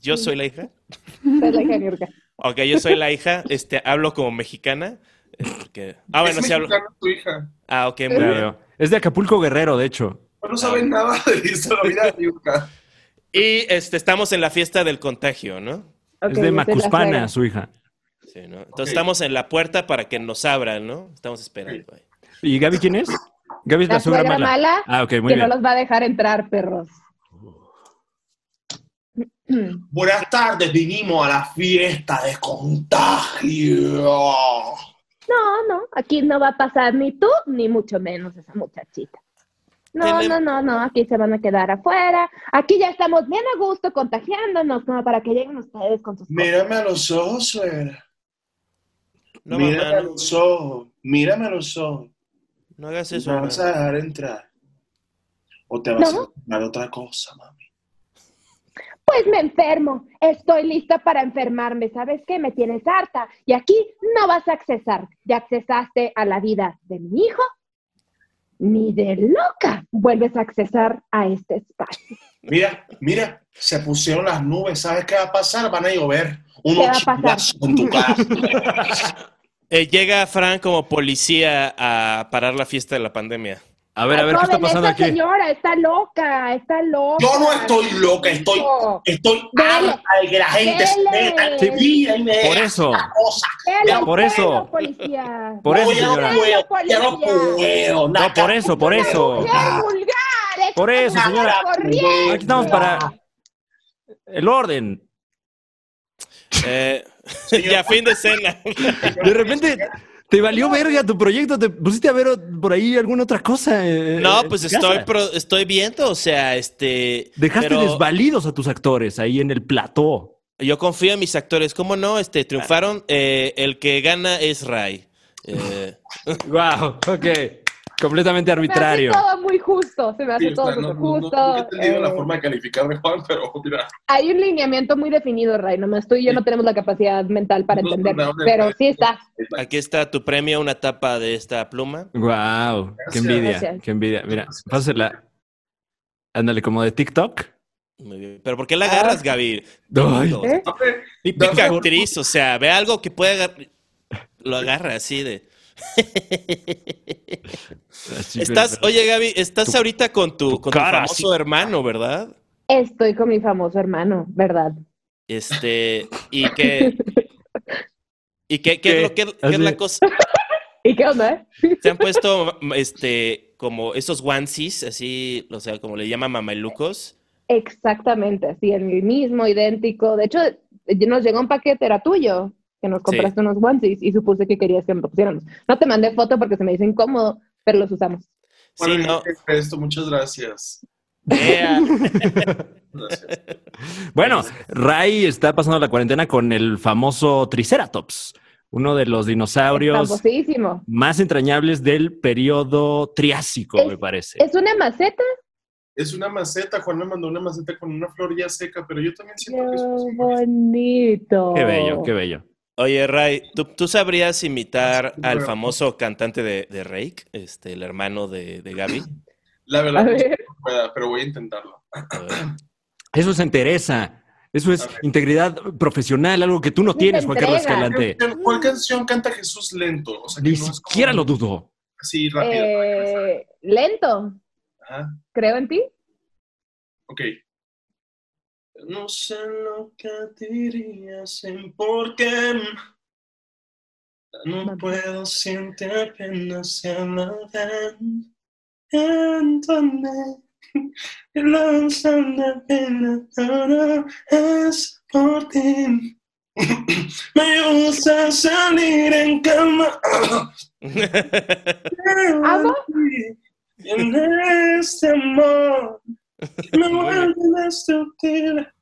B: yo soy la hija.
A: Tú eres la hija de Niurka.
B: Ok, yo soy la hija, este, hablo como mexicana. eh, porque- Ah, bueno,
D: es
B: sí hablo.
D: mexicana tu hija.
B: Ah, ok, muy bien.
C: Claro. Es de Acapulco Guerrero, de hecho.
D: No
B: Ah,
D: sabe nada de eso, la vida de Niurka.
B: Y este, estamos en la fiesta del contagio, ¿no?
A: Ok, yo
C: es de
A: soy la
C: Macuspana,
A: suegra.
C: su hija.
B: Sí, ¿no? Entonces
D: Ok.
B: estamos en la puerta para que nos abran, ¿no? Estamos esperando. ahí.
C: ¿Y Gaby quién es? Gaby es la,
A: La suegra mala,
C: Ah, ok,
A: que
C: muy bien.
A: no los va a dejar entrar, perros.
E: Buenas tardes, vinimos a la fiesta de contagio.
A: No, no, aquí no va a pasar ni tú, ni mucho menos esa muchachita. No,
B: Tenem-
A: no, no, no, aquí se van a quedar afuera. Aquí ya estamos bien a gusto contagiándonos, ¿no? Para que lleguen ustedes con sus cosas.
E: Mírame a los ojos, suegra.
B: No,
E: mírame
B: mamá,
E: a
B: no,
E: los ojos. Mírame a los ojos.
B: no hagas
E: ¿Me
B: eso. mamá.
E: vas a dejar entrar? ¿O te vas
A: No.
E: a dar otra cosa, mami?
A: Pues me enfermo, estoy lista para enfermarme, ¿sabes qué? Me tienes harta y aquí no vas a accesar. Ya accesaste a la vida de mi hijo, ni de loca vuelves a accesar a este espacio.
E: Mira, mira, se pusieron las nubes. ¿Sabes qué va a pasar? Van a llover.
A: ¿Qué va a
E: Unos
A: pasar?
E: chingazos en tu cara.
B: Eh, llega Fran como policía a parar la fiesta de la pandemia.
C: A ver, a ver, ¿qué está
A: Joven,
C: pasando
A: esta
C: aquí?
A: señora está loca, está loca.
E: Yo no estoy loca, estoy,
A: Hijo,
E: estoy
A: Dele.
E: harta de que la gente se
A: Dele.
E: meta en mi
A: Sí.
E: vida y me
C: Por
E: deje
C: eso.
E: esta cosa.
A: velo,
C: por eso.
A: velo, policía.
C: Por
E: No,
C: eso,
E: ya no
C: señora.
E: puedo, ya no
A: Policía.
E: puedo,
C: No,
E: nada.
C: por eso, por
A: Es una
C: eso.
A: mujer vulgar, es
C: Por
A: una
C: eso,
A: mujer
C: señora.
A: corriente.
C: Aquí estamos para el orden.
B: Eh, ya fin de escena.
C: De repente, Te valió verga tu proyecto, te pusiste a ver o- por ahí alguna otra cosa. eh, en
B: No,
C: tu
B: pues
C: casa.
B: estoy, pro- estoy viendo, o sea, este...
C: Dejaste
B: pero
C: desvalidos a tus actores ahí en el plató.
B: Yo confío en mis actores, ¿cómo no? Este, triunfaron, eh, el que gana es Ray. Eh,
C: Wow, ok. Completamente
A: Se me hace
C: arbitrario.
A: todo muy justo, se me hace
D: Sí, o
A: todo
D: sea, no,
A: súper
D: no- no-
A: justo.
D: nunca he entendido
A: eh,
D: la forma de calificar de Juan, pero mira,
A: Hay un lineamiento muy definido, Ray, nomás tú y yo no tenemos la capacidad mental para
D: No, no,
A: entender,
D: no, no,
A: pero
D: no.
A: sí está.
B: aquí está tu premio, una tapa de esta pluma.
C: Wow, qué
D: Gracias.
C: envidia,
A: Gracias.
C: qué envidia. Mira, pásela. Ándale, como de TikTok.
B: Muy bien. Pero ¿por qué la
C: Ah.
B: agarras, Gaby?
C: Ay.
B: No,
A: ¿Eh?
D: ¿sabe?
B: Típica
D: No.
B: actriz, o sea, ve algo que puede agarrar. Lo agarra así de.
C: Así,
B: Estás,
C: pero-
B: oye Gaby, estás ahorita con tu,
F: tu
B: con tu
F: cara,
B: famoso hermano, ¿verdad?
A: Estoy con mi famoso hermano, ¿verdad?
B: Este, y que. ¿Y qué, qué es, lo, qué- qué es la
C: Así.
B: cosa?
A: ¿Y qué onda, eh?
B: Se han puesto este, como esos onesies, así, o sea, como le llaman mamalucos.
A: Exactamente, así, el mismo, idéntico. De hecho, eh, nos llegó un paquete, era tuyo, que nos compraste unos onesies y supuse que querías que nos lo pusiéramos. No te mandé foto porque se me hizo incómodo, pero los usamos.
B: Sí,
D: Bueno, eh,
B: no.
D: esto, muchas gracias.
B: Ea.
D: Gracias.
C: Bueno, Ray está pasando la cuarentena con el famoso Triceratops, uno de los dinosaurios
A: Famosísimo.
C: más entrañables del periodo Triásico,
A: Es-
C: me parece.
A: ¿Es una maceta?
D: Es una maceta, Juan me mandó una maceta con una flor ya seca, pero yo también
A: ¡Qué
D: siento que es un simbolismo.
A: bonito!
C: Qué bello, qué bello.
B: Oye, Ray, ¿tú, tú sabrías imitar
D: Sí,
B: al
D: claro.
B: famoso cantante de, de Rake, este, el hermano de, de Gaby?
D: La verdad,
A: A
D: no sé
A: ver,
D: cómo pueda, pero voy a intentarlo.
B: A ver.
C: Eso es entereza. Eso es
D: A ver.
C: integridad profesión, algo que tú no
A: Es
C: tienes, Juan Carlos
A: entrega.
C: Escalante.
D: ¿Cuál canción canta Jesús lento? O sea, que
C: Ni
D: no es como
C: siquiera lo dudo.
D: Así rápido.
A: eh, lento,
D: Ajá.
A: creo en ti.
D: Ok. No sé lo que dirías en por qué. No
A: Mamá.
D: puedo sentir pena se hablan. Entender. la pena ahora es por ti. Me gusta salir en cama.
A: Amo.
D: Y en este amor. Me vuelven a estúpida.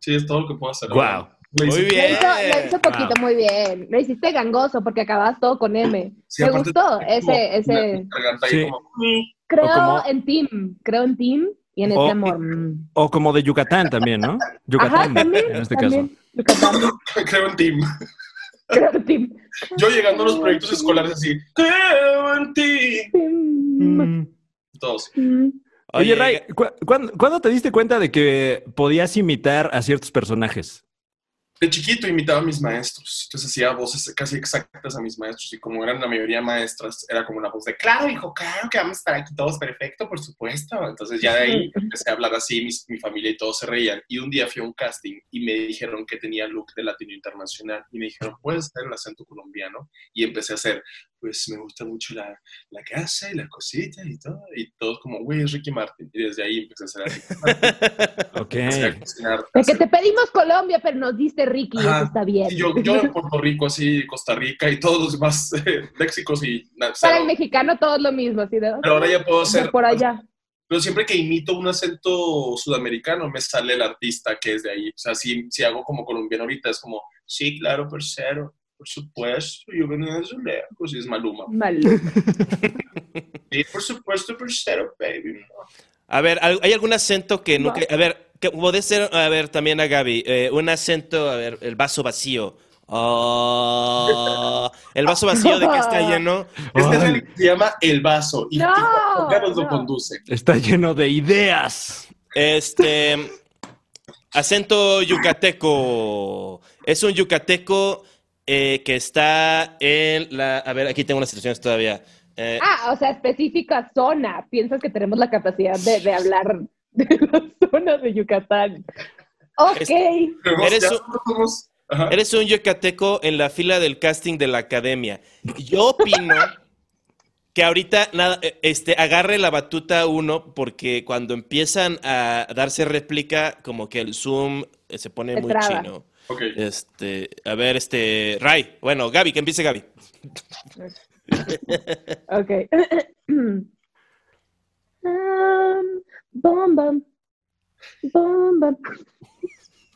D: Sí, es todo lo que puedo hacer.
C: Wow.
D: Lo hice.
B: Muy
A: Lo
B: bien.
A: hizo, lo hizo poquito,
D: Ah.
C: Wow.
A: muy bien. Lo hiciste gangoso porque acabas todo con M.
D: Sí,
A: Me
D: aparte-
A: gustó ese,
D: Como
A: ese.
D: una garganta ahí
C: Sí.
D: como-
A: Creo
C: como-
A: en team, creo en team y en este
C: O-
A: amor. Mm.
C: O como de Yucatán también, ¿no? Yucatán,
A: también,
C: en este
A: también.
C: caso.
A: Yucatán,
D: Creo en ti.
A: creo en team.
D: Yo llegando a los proyectos escolares así. Creo en ti.
A: Team,
C: Mm.
D: Todos.
A: mm.
C: Oye,
B: Oye,
C: Ray, ¿cu- cuándo, cuándo te diste cuenta de que podías imitar a ciertos personajes?
D: De chiquito imitaba a mis maestros. Entonces hacía voces casi exactas a mis maestros. Y como eran la mayoría maestras, era como una voz de claro, hijo, claro que vamos a estar aquí todos perfecto, por supuesto. Entonces ya de ahí empecé a hablar así. mis- mi familia y todos se reían. Y un día fui a un casting y me dijeron que tenía look de latino internacional. Y me dijeron, puedes hacer el acento colombiano. Y empecé a hacer, pues me gusta mucho la, la casa y las cositas y todo. Y todos como, güey, es Ricky Martin. Y desde ahí empecé a hacer así.
C: Ok.
D: empecé a cocinar, a
A: De que
D: hacer
A: te pedimos Colombia, pero nos diste Ricky,
D: Ajá.
A: eso está bien.
D: Sí, yo, yo en Puerto Rico, así, Costa Rica y todos los demás eh, léxicos y na-
A: Para el
D: cero.
A: mexicano todo es lo mismo, así de
D: Pero ahora ya puedo hacer.
A: por allá.
D: Pero siempre que imito un acento sudamericano, me sale el artista que es de ahí. O sea, si, si hago como colombiano ahorita, es como, sí, claro, por cero, por supuesto, yo venía de lejos, y es Maluma.
A: Mal.
D: Sí, por supuesto, por cero, baby. ¿no?
B: a ver, ¿al- ¿hay algún acento que nunca... A ver, que puede ser, a ver, también a Gaby, eh, un acento, a ver, el vaso vacío. Ah, el vaso vacío de que está lleno.
D: Este es
C: Ay,
D: el que se llama El Vaso. Y
A: No,
D: ya nos lo
A: no.
D: conduce.
C: está lleno de ideas.
B: Este, acento yucateco. Es un yucateco eh, que está en la... A ver, aquí tengo unas situaciones todavía. Eh,
A: Ah, o sea, específica zona. Piensas que tenemos la capacidad de, de hablar de las zonas de Yucatán. Ok.
D: Este,
B: Eres
D: Ya
B: un-
D: somos- Ajá.
B: Eres un yucateco en la fila del casting de la academia. Yo opino que ahorita nada, eh, este, agarre la batuta uno porque cuando empiezan a darse réplica, como que el Zoom eh, se pone
A: Se
B: muy
A: traba.
B: chino.
D: Ok.
B: Este, a ver, este, Ray. Bueno, Gaby, que empiece Gaby.
A: Ok. Um, bom, bom. Bom, bom.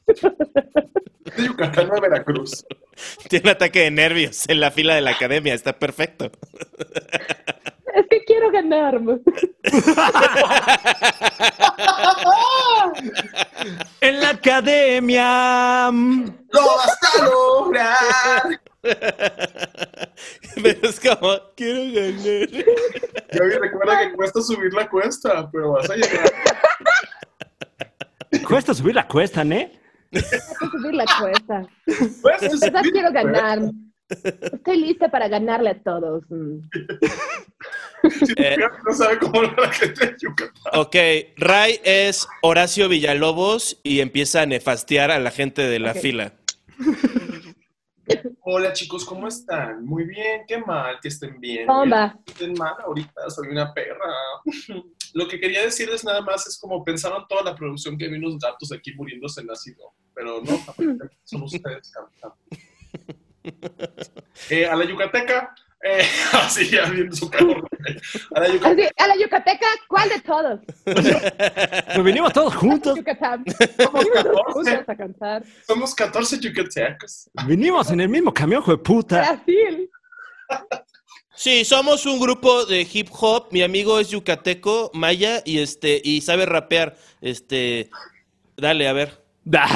D: De Yucatán a Veracruz.
B: Tiene un ataque de nervios en la fila de la academia, está perfecto.
A: Es que quiero ganar.
C: En la academia. mm,
D: ¡Lo vas a lograr!
B: Pero es como, quiero ganar.
D: Gaby, recuerda que cuesta subir la cuesta, pero vas a llegar.
C: Cuesta subir la cuesta, ¿eh?
A: Quiero subir la cuesta.
D: Cuesta
A: De verdad
D: subir
A: quiero
D: la cuesta.
A: ganar. Estoy lista para ganarle a todos. Mm.
B: Eh,
D: No sabe cómo lo la gente de Yucatán.
B: ok, Ray es Horacio Villalobos y empieza a nefastear a la gente de la
A: Ok.
B: fila.
D: Hola chicos, ¿cómo están? Muy bien, qué mal que estén bien.
A: Bomba.
D: Mira, Estén mal ahorita, soy una perra. Lo que quería decirles nada más es como pensaron toda la producción que vi unos gatos aquí muriéndose en ácido, pero no, son ustedes. capitán. Eh, a la Yucateca, eh, así ya viendo su calor. A la Yucateca,
A: Así, a la Yucateca, ¿cuál de todos?
C: Nos vinimos todos juntos.
A: Yucatán.
D: somos
A: Juntos
D: 14,
A: a cantar.
D: somos 14 yucatecas.
C: Vinimos en el mismo camión, hijo de puta.
A: Brasil.
B: Sí, somos un grupo de hip hop. Mi amigo es yucateco, maya, y este, y sabe rapear. Este, dale, a ver.
C: Da-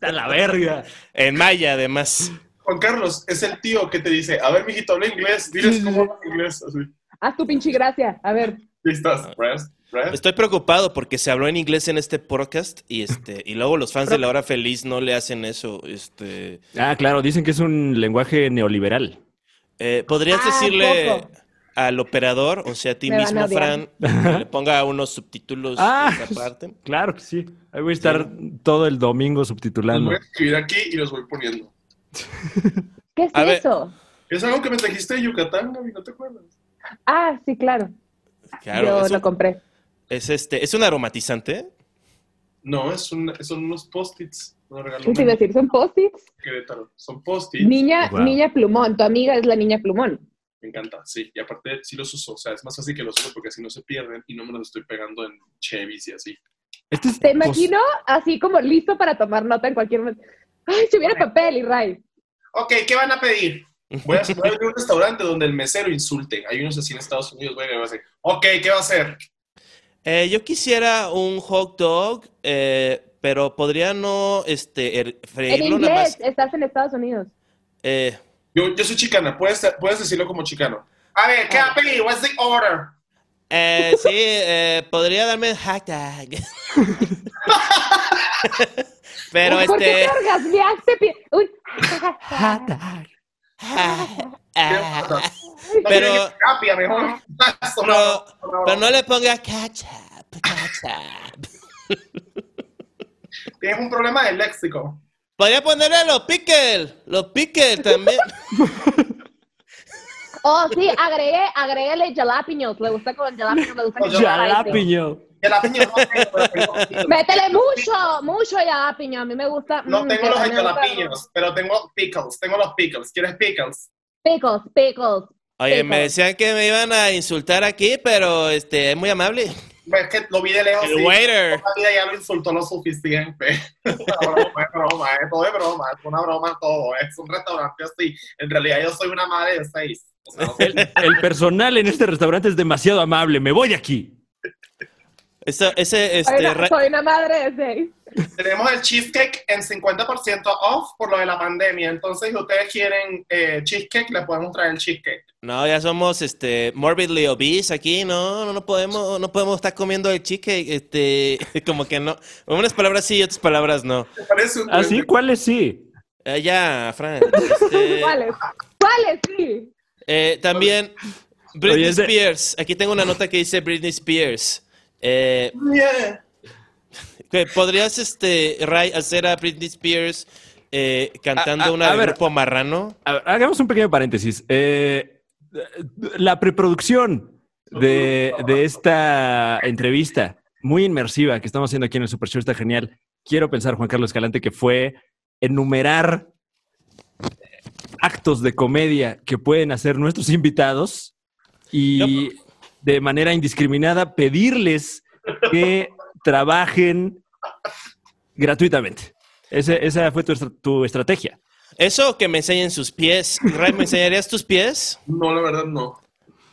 C: Da la verga.
B: En maya, además.
D: Juan Carlos, es el tío que te dice, a ver, mijito, habla inglés, diles cómo habla inglés. Así,
A: Haz tu pinche gracia. A ver.
D: ahí estás, press, press.
B: Estoy preocupado porque se habló en inglés en este podcast y este, y luego los fans de la hora feliz no le hacen eso. Este,
C: Ah, claro, dicen que es un lenguaje neoliberal.
B: eh, podrías
A: Ah,
B: decirle
A: poco.
B: al operador, o sea, a ti
A: Me van a
B: mismo,
A: odiar.
B: Fran, que le ponga unos subtítulos
C: Ah.
B: en esa parte.
C: Claro que sí. Ahí voy a estar todo el domingo
D: Los
C: subtitulando.
D: voy a escribir aquí y los voy poniendo.
A: ¿Qué es
B: A ver.
A: eso?
D: Es algo que me trajiste de Yucatán, Gaby, ¿no te acuerdas?
A: Ah, sí, claro.
B: Claro,
A: Yo
B: es,
A: lo
B: un-
A: compré.
B: es este, es un aromatizante.
D: No, es un, son unos post-its. No regaló
A: ¿Qué te iba a
D: una
A: decir? ¿Son post-its?
D: Querétaro. Son post-its.
A: Niña,
C: Wow.
A: niña plumón. Tu amiga es la niña plumón.
D: Me encanta, sí. Y aparte, sí los uso. O sea, es más fácil que los uso porque así no se pierden y no me los estoy pegando en Chevys y así.
C: Este es
A: Te
C: pos-
A: imagino así como listo para tomar nota en cualquier momento. Ay, si hubiera papel y Ray.
D: Ok, ¿qué van a pedir? Voy a, voy a abrir un restaurante donde el mesero insulte. Hay unos así en Estados Unidos, güey, que va a decir, ok, ¿qué va a hacer?
B: Eh, yo quisiera un hot dog, eh, pero podría no este, er-
A: En
B: freírlo nada
A: inglés,
B: más.
A: estás en Estados Unidos.
B: Eh,
D: Yo, yo soy chicana, puedes, puedes decirlo como chicano. Ah. A ver, ¿qué va a pedir? What's the order?
B: eh, sí, eh, podría darme el hot dog. Pero
A: ¿Por qué
B: este.
A: te orgasmeaste? Pi- Un...
B: ah,
D: pasa? No
B: Pero-
D: tiene que ser rápida, mejor. Eso no,
B: pero,
D: no, no.
B: pero no le ponga ketchup, ketchup.
D: Tienes un problema de léxico.
B: Podría ponerle los pickles, los pickles también.
A: Oh, sí, agregué, agreguéle jalapeños. Le gusta con jalapeños, le gusta con jalapeños.
C: Jalapeño.
D: Que la piña no tengo, pero-
A: Métele mucho, mucho jalapeño. A mí me gusta.
D: No
A: mm,
D: tengo
A: que
D: los
A: me gusta-
D: jalapeños, pero tengo pickles. Tengo los pickles. ¿Quieres pickles?
A: Pickles, pickles.
B: Oye,
A: Pickles.
B: me decían que me iban a insultar aquí, pero este es muy amable.
D: Es que lo vi de lejos.
B: El
D: sí.
B: waiter.
D: La vida ya lo insultó lo suficiente. Es una broma, es broma, es todo es broma, es una broma todo. eh, Es un restaurante así. En realidad yo soy una madre de seis. O sea, no sé.
C: El, el personal en este restaurante es demasiado amable. Me voy de aquí.
B: Eso- ese,
A: Soy
B: este,
A: una-
B: ra-
A: soy una madre de seis.
D: Tenemos el cheesecake en 50% off por lo de la pandemia. Entonces, si ustedes quieren eh, cheesecake, les podemos traer el cheesecake.
B: no, ya somos este morbidly obese aquí, no, no, no podemos, no podemos estar comiendo el cheesecake, este, como que no. Unas palabras sí y otras palabras no.
D: ¿Te parece un
C: ¿Así? ¿Cuál es ¿Ah, sí?
B: Eh, ya, Fran. este,
A: ¿Cuáles? ¿Cuáles? Sí.
B: eh, también Britney
C: Oye, ese-
B: Spears. Aquí tengo una nota que dice Britney Spears. Eh,
D: Yeah.
B: que ¿Podrías, este, Ray, hacer a Britney Spears eh, cantando
C: a-
B: una
C: a
B: de
C: ver.
B: grupo marrano?
C: A ver, hagamos un pequeño paréntesis. Eh, la preproducción de, de esta entrevista muy inmersiva que estamos haciendo aquí en el Super Show está genial. quiero pensar, Juan Carlos Escalante, que fue enumerar actos de comedia que pueden hacer nuestros invitados y de manera indiscriminada pedirles que trabajen gratuitamente. Ese- esa fue tu, estra- tu estrategia.
B: Eso que me enseñen sus pies. Ray, ¿me enseñarías tus pies?
D: No, la verdad no.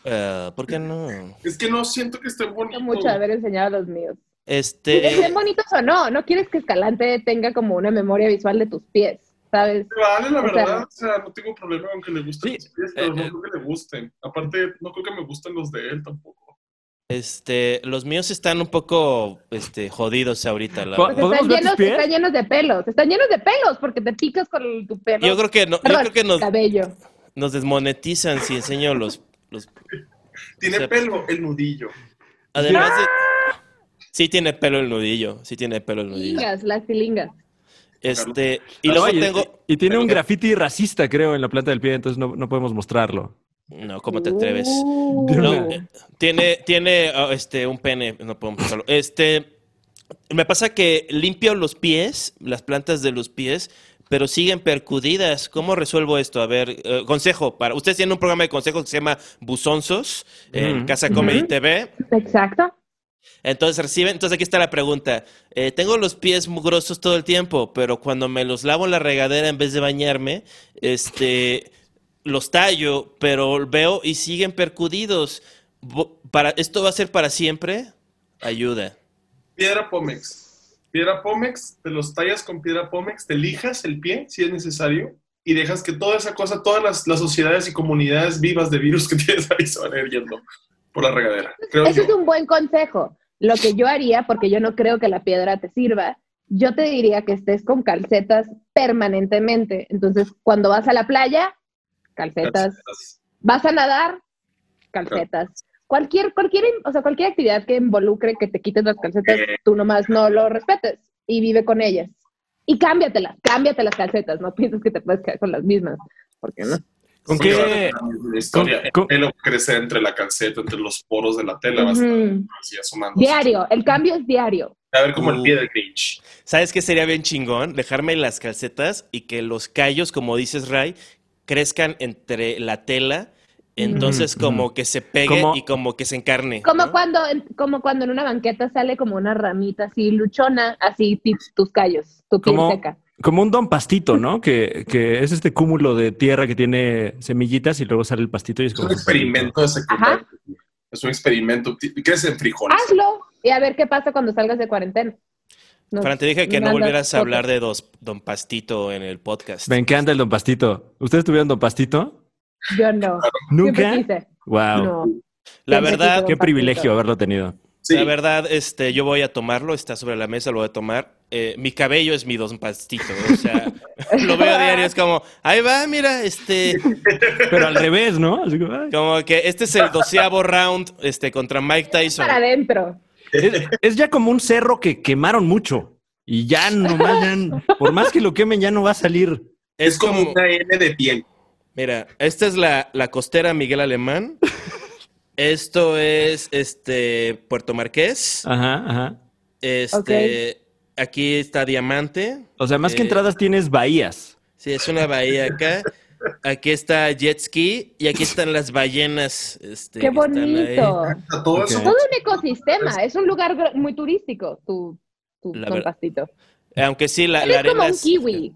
B: Eh, ¿Por qué no?
D: Es que no siento que esté bonito.
A: Siento mucho haber enseñado a los míos. ¿Quieres ser
B: Este.
A: bonitos o no? No quieres que Escalante tenga como una memoria visual de tus pies, ¿sabes?
D: Vale, la
A: O sea-
D: verdad, o sea, no tengo problema con que le gusten
C: Sí,
D: los pies, pero
C: eh,
D: no
C: eh.
D: creo que le gusten. Aparte, no creo que me gusten los de él tampoco.
B: Este, los míos están un poco este, jodidos ahorita. La verdad.
C: Pa-
A: Pues están,
C: ¿Podemos ver tus
A: llenos,
C: pies?
A: están llenos de pelos, están llenos de pelos porque te picas con tu pelo.
B: Yo creo que, no, yo
A: Perdón,
B: creo que nos,
A: cabello.
B: nos desmonetizan si enseño los, los.
D: Tiene
B: Sí.
D: pelo el nudillo.
B: Además de. Sí tiene pelo el nudillo. Sí tiene pelo el nudillo.
A: Tilingas, las tilingas.
B: Este. Y
C: No,
B: luego
C: y-
B: tengo.
C: Ah, y, tiene un graffiti racista, creo, en la planta del pie, entonces no, no podemos mostrarlo.
B: No, ¿cómo te atreves?
A: Uh.
C: De
B: No, eh, tiene, tiene ah, este, un pene, no puedo mostrarlo. Este, me pasa que limpio los pies, las plantas de los pies, pero siguen percudidas. ¿Cómo resuelvo esto? A ver, eh, consejo para. Ustedes tienen un programa de consejos que se llama Buzonzos en
C: Ujú.
B: Casa Comedy
A: Ujú.
B: TV.
A: Exacto.
B: Entonces reciben, entonces aquí está la pregunta. Eh, tengo los pies mugrosos todo el tiempo, pero cuando me los lavo en la regadera en vez de bañarme, este, los tallo, pero veo y siguen percudidos. Vo- Para, ¿Esto va a ser para siempre? Ayuda.
D: Piedra Pómex. Piedra Pómex, te los tallas con piedra Pómex, te lijas el pie si es necesario y dejas que toda esa cosa, todas las, las sociedades y comunidades vivas de virus que tienes ahí se van a ir yendo por la regadera. Creo
A: Eso
D: yo.
A: es un buen consejo. Lo que yo haría, porque yo no creo que la piedra te sirva, yo te diría que estés con calcetas permanentemente. Entonces, cuando vas a la playa, calcetas.
D: Calcetas.
A: Vas a nadar, calcetas. Cualquier, cualquier, o sea, cualquier actividad que involucre que te quites las calcetas,
D: Eh.
A: tú nomás no lo respetes y vive con ellas. Y cámbiatelas, cámbiate las calcetas, no pienses que te puedes quedar con las mismas, porque no.
C: ¿Con
D: Porque va a
C: qué?
D: tener una historia.
C: con-
D: El pelo crece entre la calceta, entre los poros de la tela, va a estar
A: Ujú.
D: así asomando.
A: Diario, el cambio es diario.
D: A ver como el
B: Uh.
D: pie de Grinch.
B: ¿Sabes qué sería bien chingón? Dejarme las calcetas y que los callos, como dices Ray, crezcan entre la tela. Entonces,
C: Ujú,
B: como que se pegue
C: Como-
B: y como que se encarne.
A: Como
B: ¿no?
A: cuando, en- como cuando en una banqueta sale como una ramita así luchona, así ti- tus callos, tu piel
C: Como-
A: seca.
C: Como un don pastito, ¿no? Que, que es este cúmulo de tierra que tiene semillitas y luego sale el pastito y es
D: Es
C: como...
D: un experimento de secundaria.
A: Ajá. Ah,
D: Es un experimento. Crece en frijoles.
A: Hazlo y a ver qué pasa cuando salgas de cuarentena. Nos
B: Fran, te dije que no
A: mandas
B: volvieras a
A: fotos.
B: hablar de dos, Don Pastito en el podcast.
C: Me encanta el don pastito. ¿Ustedes tuvieron don pastito?
A: Yo no.
C: ¿Nunca?
A: Siempre quise.
C: Wow.
A: No.
B: la
A: siempre quise
B: verdad,
C: Qué
A: Don Pastito.
C: privilegio haberlo tenido.
D: Sí.
B: la verdad, este, yo voy a tomarlo, está sobre la mesa, lo voy a tomar. Eh, mi cabello es mi Don Pastito, o sea, lo veo a diario, es como, ahí va, mira, este,
C: Pero al revés, ¿no? Así como, ay.
B: como que este es el doceavo round, este, contra Mike Tyson.
A: Para adentro.
C: es, es ya como un cerro que quemaron mucho. Y ya nomás, ya- por más que lo quemen, ya no va a salir.
D: Es como una N de piel.
B: Mira, esta es la, la costera Miguel Alemán. Esto es este Puerto Marqués.
C: Ajá, ajá.
B: Este, aquí está Diamante.
C: O sea, más que
B: Eh,
C: entradas tienes bahías.
B: Sí, es una bahía acá. Aquí está jet ski y aquí están las ballenas. este,
A: Qué
B: que están ahí.
A: bonito.
D: Todo
C: Ok.
D: eso
A: Todo un ecosistema. Es un lugar gr- muy turístico, tu, tu
B: La
A: Don
B: ver-
A: Pastito.
B: Aunque sí, la, la
A: Eres
B: arena.
A: como un
B: es-
A: kiwi.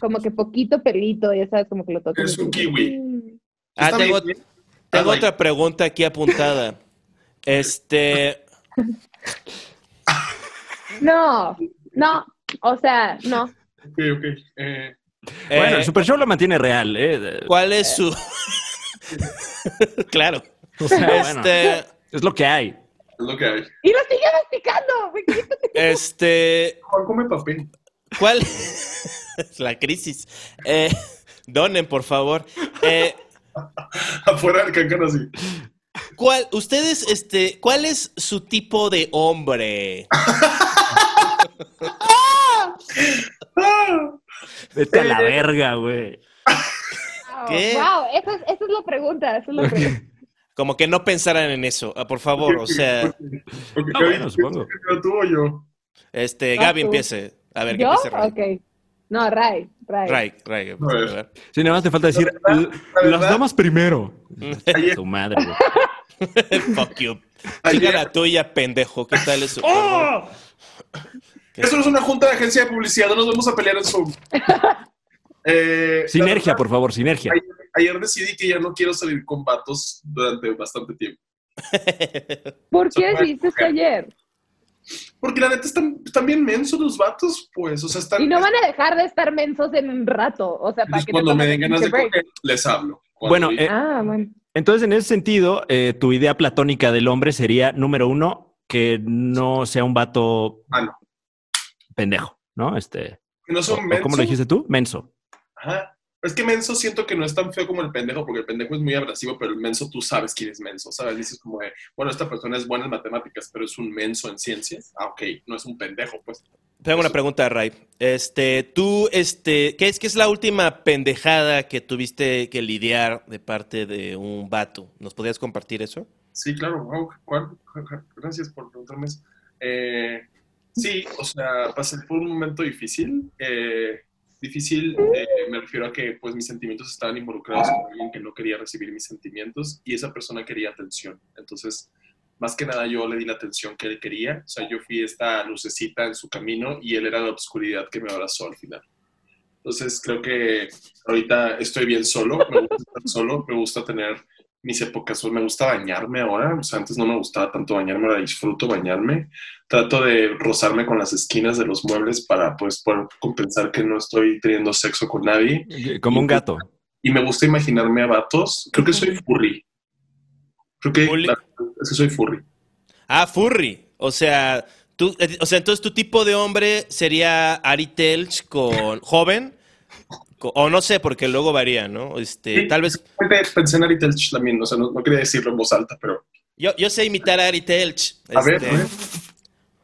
A: Como que poquito pelito, ya sabes, como que lo tocas.
D: Es un
A: así.
D: kiwi.
A: Mm.
B: Ah,
D: Está
B: tengo,
D: bien.
B: tengo
D: Ah,
B: otra pregunta aquí apuntada. Este,
A: No, no. O sea, no.
D: Ok, ok. Eh,
C: bueno, el
B: eh,
C: Super Show lo mantiene real, ¿eh?
B: ¿cuál es su? claro.
C: O
D: Ah,
C: sea, bueno,
B: Este,
C: es lo que hay.
D: es lo que hay.
A: Y lo sigue masticando. güey, qué
B: este,
D: Juan come papel.
B: ¿Cuál es la crisis? Eh, donen, por favor. Eh,
D: Afuera del cancán así.
B: ¿Cuál, ustedes, este, cuál es su tipo de hombre?
D: ¡Ah!
C: Vete a la verga, güey.
A: guau,
B: ¿Qué?
A: Wow, esa es, esa es la pregunta. Esa es la pregunta.
B: Como que no pensaran en eso, ah, por favor. O sea,
D: Ok,
C: No,
D: Gaby,
C: Ah, bueno, supongo.
D: ¿pero tú o yo?
B: este,
A: Ah,
B: Gaby
A: tú.
B: empiece. A ver,
A: ¿Yo?
B: ¿qué dice Ray?
A: Ok. No, Ray, Ray.
B: Ray, Ray.
D: A ver.
C: Sí, nada más te falta decir,
D: La verdad, la
C: las
D: verdad.
C: damas primero.
D: Ayer-
C: Tu madre, güey.
B: Fuck you.
D: Ayer-
B: Chica la tuya, pendejo. ¿Qué tal eso?
F: ¡Oh!
D: Esto no es una junta de agencia de publicidad, no nos vamos a pelear en Zoom. Eh,
C: Sinergia, por favor, sinergia.
D: Ayer, ayer decidí que ya no quiero salir con vatos durante bastante tiempo.
A: ¿Por qué
D: Son buenas
A: decidiste esto ayer?
D: Porque la neta están, están bien mensos los vatos, pues. O sea, están.
A: Y no van a dejar de estar mensos en un rato. O sea, para
D: Entonces,
A: que
D: cuando
A: te
D: me
A: tomen un
D: den ganas de
A: break.
D: coger, les hablo. Cuando-
C: Bueno, eh,
A: Ah, bueno.
C: entonces en ese sentido, eh, tu idea platónica del hombre sería, número uno, que no sea un vato
D: Ah, no.
C: pendejo, ¿no? Este,
D: que no
C: o-
D: son
C: o
D: mensos.
C: ¿Cómo lo dijiste tú? Menso.
D: Ajá. Es que menso siento que no es tan feo como el pendejo, porque el pendejo es muy abrasivo, pero el menso tú sabes quién es menso, ¿sabes? Dices como de, bueno, esta persona es buena en matemáticas, pero es un menso en ciencias. Ah, ok, no es un pendejo, pues.
B: Tengo una pregunta, Ray. Este, tú, este, ¿qué es que es la última pendejada que tuviste que lidiar de parte de un vato? ¿Nos podrías compartir eso?
D: Sí, claro, wow, ¿cuál? gracias por preguntarme eso. Eh, sí, o sea, pasé por un momento difícil. eh, difícil, eh, me refiero a que pues mis sentimientos estaban involucrados con alguien que no quería recibir mis sentimientos y esa persona quería atención. Entonces, más que nada yo le di la atención que él quería. O sea, yo fui esta lucecita en su camino y él era la oscuridad que me abrazó al final. Entonces, creo que ahorita estoy bien solo, me gusta estar solo, me gusta tener mis épocas, pues, me gusta bañarme ahora, o sea, antes no me gustaba tanto bañarme, ahora disfruto bañarme, trato de rozarme con las esquinas de los muebles para pues poder compensar que no estoy teniendo sexo con nadie
C: Eh, Como un gato.
D: y me gusta imaginarme a vatos, creo que soy furry, creo que
B: Furry.
D: la- es que soy furry,
B: Ah, furry. O sea, tú, eh, o sea, entonces tu tipo de hombre sería Ari Telch con joven, co- o no sé, porque luego varía, ¿no? Este,
D: Sí.
B: tal vez
D: Realmente pensé en Ari Telch también, o sea, no, no quería decirlo en voz alta, pero
B: yo, yo sé imitar a Ari Telch.
D: a ver,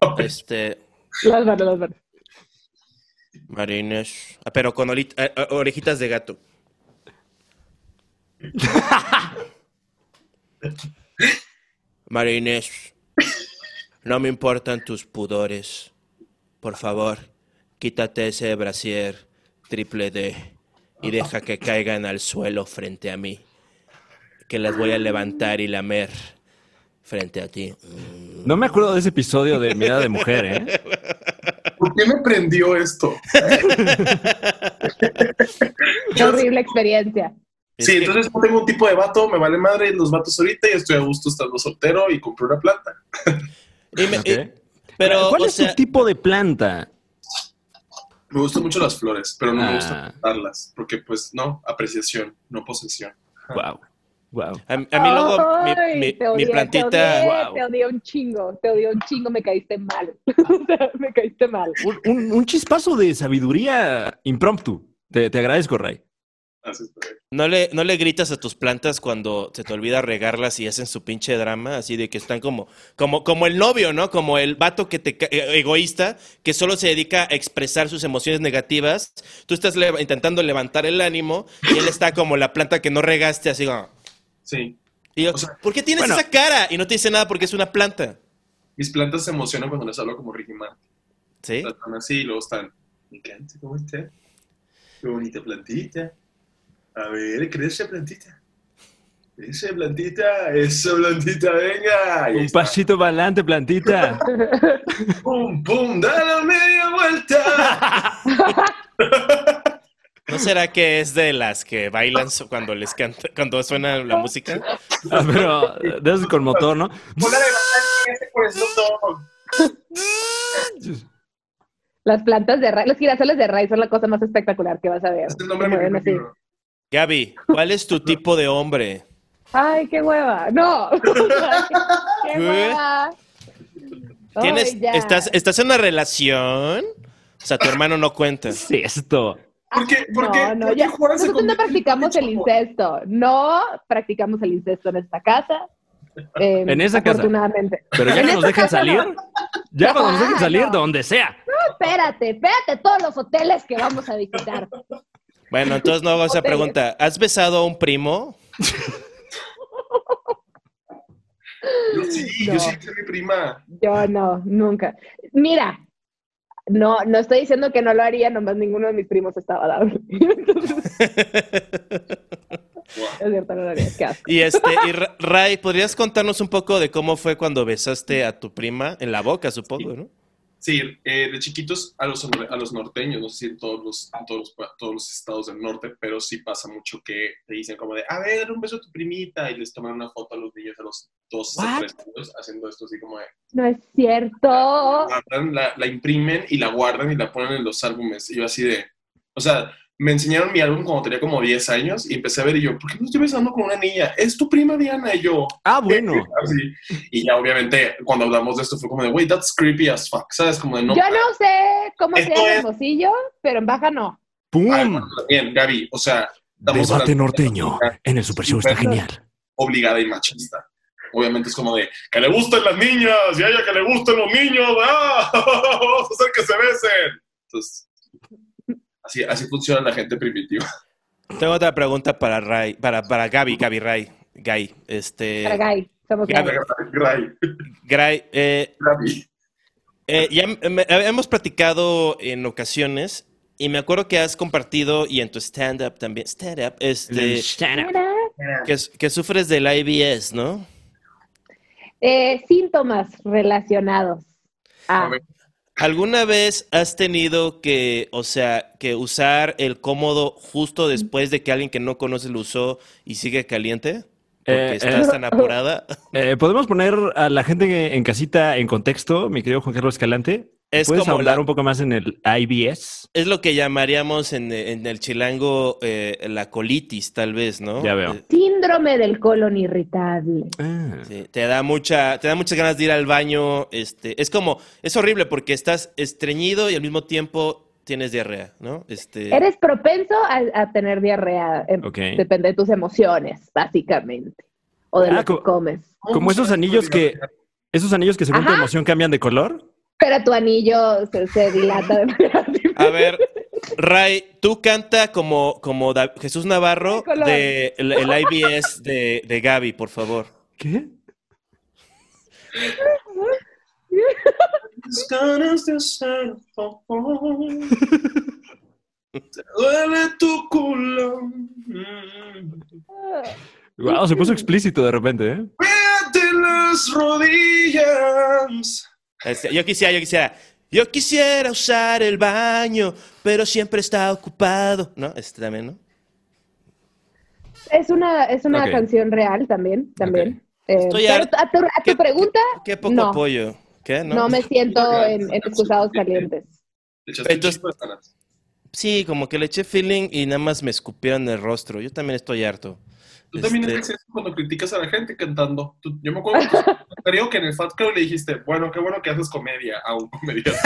D: a ver.
B: este,
A: Las barras, las barras.
B: Marines, ah, pero con oli- eh, eh, orejitas de gato. Marines, no me importan tus pudores. Por favor, quítate ese brasier triple D y deja que caigan al suelo frente a mí. Que las voy a levantar y lamer frente a ti.
C: No me acuerdo de ese episodio de Mirada de Mujer, ¿eh?
D: ¿por qué me prendió esto?
A: Qué horrible experiencia.
B: Es
D: sí,
B: que-
D: entonces no tengo un tipo de vato, me vale madre los vatos ahorita y estoy a gusto estando soltero y compré una planta.
B: y me- y-
C: Ok.
B: pero,
C: ¿Cuál
B: o
C: es tu
B: sea,
C: tipo de planta?
D: Me gustan mucho las flores, pero no me gusta
C: Ah.
D: plantarlas, porque pues no, apreciación, no posesión.
C: Wow. Wow.
B: A, a mí luego mi-
A: Ay,
B: mi,
A: te odié,
B: mi plantita...
A: Te odié,
C: Wow.
A: te odié un chingo, te odié un chingo, me caíste mal. O sea, me caíste mal.
C: Un, un- un chispazo de sabiduría impromptu. Te, te agradezco, Ray.
D: Así está bien.
B: ¿No le, ¿No le gritas a tus plantas cuando se te olvida regarlas y hacen su pinche drama? Así de que están como, como, como el novio, ¿no? Como el vato que te ca- eh, egoísta, que solo se dedica a expresar sus emociones negativas. Tú estás le- intentando levantar el ánimo y él está como la planta que no regaste, así como.
D: Sí,
B: Y yo,
D: O sea,
B: ¿por qué tienes
C: bueno.
B: esa cara? Y no te dice nada porque es una planta.
D: mis plantas se emocionan cuando les hablo como Ricky Martin.
B: ¿Sí?
D: O sea, Están así y luego están, me encanta, ¿cómo está? Qué bonita plantita. A ver, crece plantita. Crece plantita, eso plantita, venga. Y ahí
C: Un
D: está.
C: pasito para adelante, plantita.
D: Pum, pum, dale media vuelta.
B: ¿No será que es de las que bailan so- cuando les canta, cuando suena la música?
C: Ah, Pero de esos con motor, ¿no?
D: Hola, levanta por eso todo.
A: Las plantas de Ray, los girasoles de Ray son la cosa más espectacular que vas a ver.
D: Este es el nombre
A: Se
D: de mi
A: mueven
D: primer
A: así.
D: libro.
B: Gaby, ¿cuál es tu tipo de hombre?
A: Ay, qué hueva. No. qué
B: ¿Qué?
A: hueva. Ay,
B: ¿Tienes,
A: ya.
B: estás, ¿Estás en una relación? O sea, tu hermano no cuenta.
C: Sí, esto.
D: ¿Por qué? ¿Por
A: no,
D: qué?
A: no,
D: ¿Por qué
A: ya.
D: Juan se
A: Nosotros no
D: convirtió en
A: practicamos el
D: bicho?
A: incesto. No practicamos el incesto en esta casa. Eh,
C: En esa casa.
A: afortunadamente.
C: Pero ya
A: En
C: que nos
A: esta
C: dejen
A: casa
C: salir.
A: no.
C: Ya cuando nos dejen
A: Ah,
C: salir,
A: no.
C: de donde sea.
A: Espérate, espérate todos los hoteles que vamos a visitar.
B: Bueno, entonces no hago esa
A: Hoteles.
B: pregunta. ¿Has besado a un primo?
D: Yo sí,
A: No.
D: yo sí hice a mi prima.
A: Yo no, nunca. Mira, no, no estoy diciendo que no lo haría, nomás ninguno de mis primos estaba dable. Entonces, es cierto, no lo haría. Qué asco.
B: Y este, y Ra- Ray, ¿podrías contarnos un poco de cómo fue cuando besaste a tu prima en la boca, supongo, ¿no?
D: Sí, eh, de chiquitos a los, a los norteños, no sé si en todos los, en todos, los, pa- todos los estados del norte, pero sí pasa mucho que te dicen como de, a ver, un beso a tu primita, y les toman una foto a los niños a los dos o
C: What?
D: tres años haciendo esto así como de,
A: No es cierto.
D: guardan, la, la imprimen y la guardan y la ponen en los álbumes. Y yo así de, o sea, me enseñaron mi álbum cuando tenía como 10 años y empecé a ver y yo, ¿por qué me estoy besando con una niña? Es tu prima Diana y yo.
C: Ah, bueno.
D: Así. Y ya obviamente cuando hablamos de esto fue como de, wait, that's creepy as fuck, ¿sabes? Como de no.
A: Yo no sé cómo
D: Esto
A: sea el
D: es-
A: hermosillo, pero en baja no.
D: Ah,
C: ¡Pum!
D: bueno, Bien, Gaby, o sea, estamos
C: Debate
D: hablando de
C: norteño
D: una
C: en el Super Show está genial.
D: obligada y machista. Obviamente es como de, que le gusten las niñas y a ella que le gusten los niños, ¡ah! vamos a hacer que se besen. Entonces, así, así funciona la gente primitiva.
B: Tengo otra pregunta para Ray, para, para Gaby, Gaby Ray, Gay.
D: Eh,
B: Este,
A: Para Guy, somos
B: Gaby.
A: Guy.
D: Ray,
B: Gray, eh,
D: Gaby.
B: Eh, ya m- me- hemos platicado en ocasiones y me acuerdo que has compartido y en tu stand-up también, stand-up, este,
A: Mira,
B: que, s- que sufres del IBS, ¿no?
A: eh, síntomas relacionados a
D: A ver.
B: ¿Alguna vez has tenido que, o sea, que usar el cómodo justo después de que alguien que no conoces lo usó y sigue caliente? Porque
C: Eh,
B: estás
C: eh.
B: tan apurada.
C: Eh, ¿Podemos poner a la gente en casita en contexto, mi querido Juan Carlos Escalante?
B: Es
C: ¿Puedes
B: como
C: ahondar
B: la-
C: un poco más en el IBS?
B: Es lo que llamaríamos en, en el chilango eh, la colitis, tal vez, ¿no?
C: Ya veo.
B: Eh,
A: síndrome del colon irritable.
C: Ah.
B: Sí, te da mucha, te da muchas ganas de ir al baño. Este, es como, es horrible porque estás estreñido y al mismo tiempo tienes diarrea, ¿no? Este,
A: Eres propenso a, a tener diarrea. em,
C: Ok.
A: Depende de tus emociones, básicamente. O de
C: Ah,
A: lo que
C: co-
A: comes.
C: Como esos anillos que, esos anillos que según tu
A: Ajá.
C: emoción cambian de color.
A: Pero tu anillo se, se dilata de manera diferente.
B: a ver, Ray, tú canta como, como Da- Jesús Navarro
A: Ay, color.
B: de el, el IBS de, de Gaby, por favor.
C: ¿Qué?
D: Mis ganas de hacer popó. Te Duele tu culo. Mm.
C: Wow, se puso explícito de repente, ¿eh?
D: Vete las rodillas.
B: Este, yo quisiera, yo quisiera. Yo quisiera usar el baño, pero siempre está ocupado. ¿No? Este también, ¿no?
A: Es una, es una
C: Ok.
A: canción real también. también. Eh,
B: Estoy
A: pero
B: harta-
A: a tu, a tu
B: ¿Qué-
A: pregunta,
B: Qué poco
A: No.
B: apoyo. ¿Qué?
A: no, me siento en, en excusados calientes.
D: Le echaste un
B: Entonces-
D: chingo de ganas.
B: Sí, como que le eché feeling y nada más me escupieron el rostro. Yo también estoy harto.
D: Tú también
B: Este,
D: haces eso cuando criticas a la gente cantando. Tú- yo me acuerdo que, creo que en el Fat Cow le dijiste, bueno, qué bueno que haces comedia a un comediante.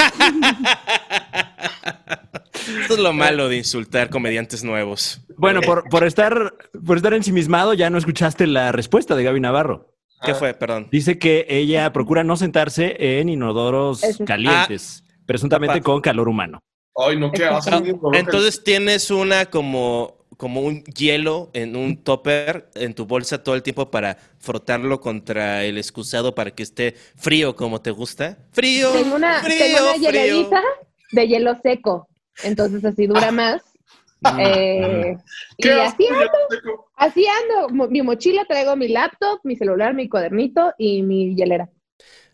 B: Esto es lo malo de insultar comediantes nuevos.
C: Bueno, por, por estar, por estar ensimismado ya no escuchaste la respuesta de Gaby Navarro.
B: ¿Qué
D: Ah.
B: fue? Perdón.
C: Dice que ella procura no sentarse en inodoros
A: Eso.
C: calientes,
D: Ah.
C: presuntamente
B: Papá.
C: con calor humano.
D: Ay, no, qué asco.
B: Ah,
D: Diego, no,
B: Entonces tienes una como, como un hielo en un topper en tu bolsa todo el tiempo para frotarlo contra el excusado para que esté frío como te gusta. Frío.
A: Tengo una,
B: frío,
A: tengo una
B: frío.
A: hieleriza de hielo seco. Entonces así
B: Ah.
A: dura más. Eh, y
D: qué asco,
A: así
D: ya
A: ando,
D: te digo.
A: así ando. Mo- Mi mochila traigo mi laptop, mi celular, mi cuadernito y mi hielera.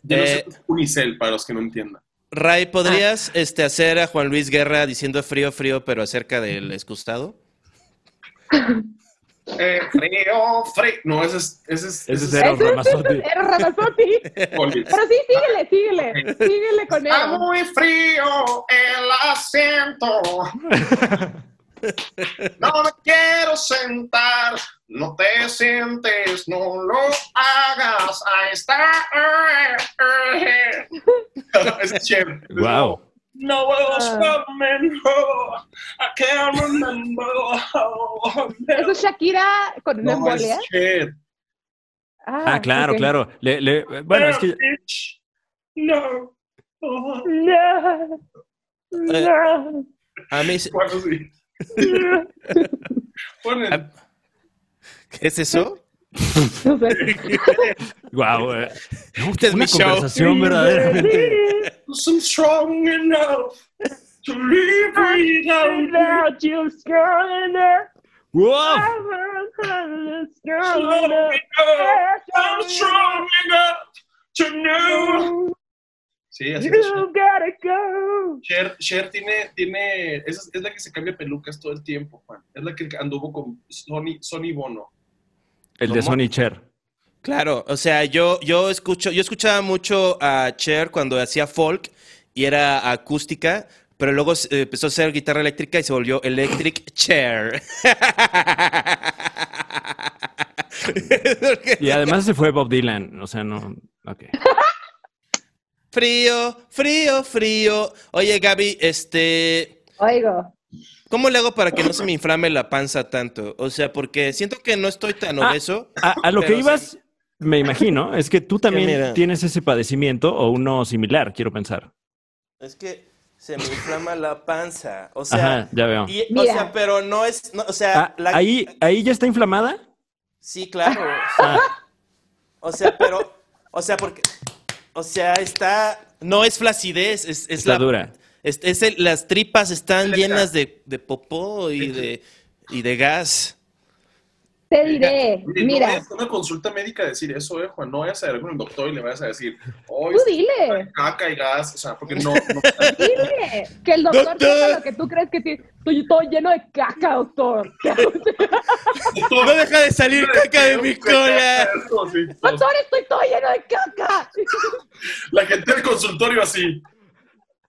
D: Yo no sé
B: Eh,
D: qué es Unicel, para los que no entiendan.
A: Ah.
B: Ray, ¿podrías este, hacer a Juan Luis Guerra diciendo frío, frío, pero acerca del excusado?
D: Eh, frío, frío. No, ese es. Ese es.
C: Ese es
D: ese
C: Eros
A: Ese-
C: Ramazzotti.
A: Era Ramazotti.
D: es Oliver.
A: Pero sí, síguele,
C: Ah,
A: síguele. Síguele con
D: Está
A: él.
D: muy frío el asiento. No me quiero sentar. No te sientes, no lo hagas. Ahí está. es chévere.
C: Wow.
D: No was
A: Ah.
D: coming home. I can't remember. Oh,
A: Eso es Shakira con una
D: No, es
A: embolia.
D: chévere.
C: Ah, claro,
A: ok.
C: claro. Le- le- bueno, es que
D: Bitch. No. Oh,
A: No, no,
B: A mí, se-
D: bueno, sí.
A: no.
D: Ponen-
B: Ah, ¿qué es eso?
A: No sé.
C: Wow, eh.
B: Este es
C: una eh.
B: mi show.
C: conversación verdaderamente.
D: I'm strong enough to live without
F: Without you, girl, in there.
C: ¡Wow!
D: Strong enough. I'm strong enough to know. Sí, así es.
F: You gotta go.
D: Cher, Cher tiene, tiene es, es la que se cambia pelucas todo el tiempo, Juan. Es la que anduvo con Sony, Sony Bono.
C: El de
B: ¿Cómo?
C: Sonny Cher.
B: Claro, o sea, yo, yo escucho, yo escuchaba mucho a Cher cuando hacía folk y era acústica, pero luego eh, empezó a hacer guitarra eléctrica y se volvió Electric Chair.
C: Y además se fue Bob Dylan. O sea, no. Ok.
B: Frío, frío, frío. Oye, Gaby, este,
A: Oigo.
B: ¿cómo le hago para que no se me inflame la panza tanto? O sea, porque siento que no estoy tan
C: Ah,
B: obeso.
C: A, a lo
B: Pero
C: que ibas, me imagino, es que tú también
B: mira.
C: tienes ese padecimiento o uno similar, quiero pensar.
B: Es que se me inflama la panza. O sea,
C: Ajá, ya veo.
B: y- o
A: Mira.
B: sea, pero no es, no, o sea,
C: Ah,
B: la-
C: ahí, ahí ya está inflamada.
B: Sí, claro.
C: Ah,
B: O sea, pero, o sea, porque, o sea, está, no es flacidez, es, es
C: está
B: la,
C: dura.
B: es- es el- las tripas están
D: Leca.
B: llenas de, de popó y de, y de gas.
A: Te diré,
D: Oye, No
A: mira,
D: vayas a una consulta médica a decir eso, eh, Juan. No vayas a ver con el doctor y le vayas a decir,
A: tú
D: hoy
A: dile,
D: caca y gas, o sea, porque no. no
A: dile que el doctor
B: Doctor.
A: piensa lo que tú crees que sí. Estoy todo lleno de caca, doctor.
B: No deja de salir caca de mi cola.
D: Sí, todos.
A: Doctor, estoy todo lleno de caca.
D: La gente del consultorio así.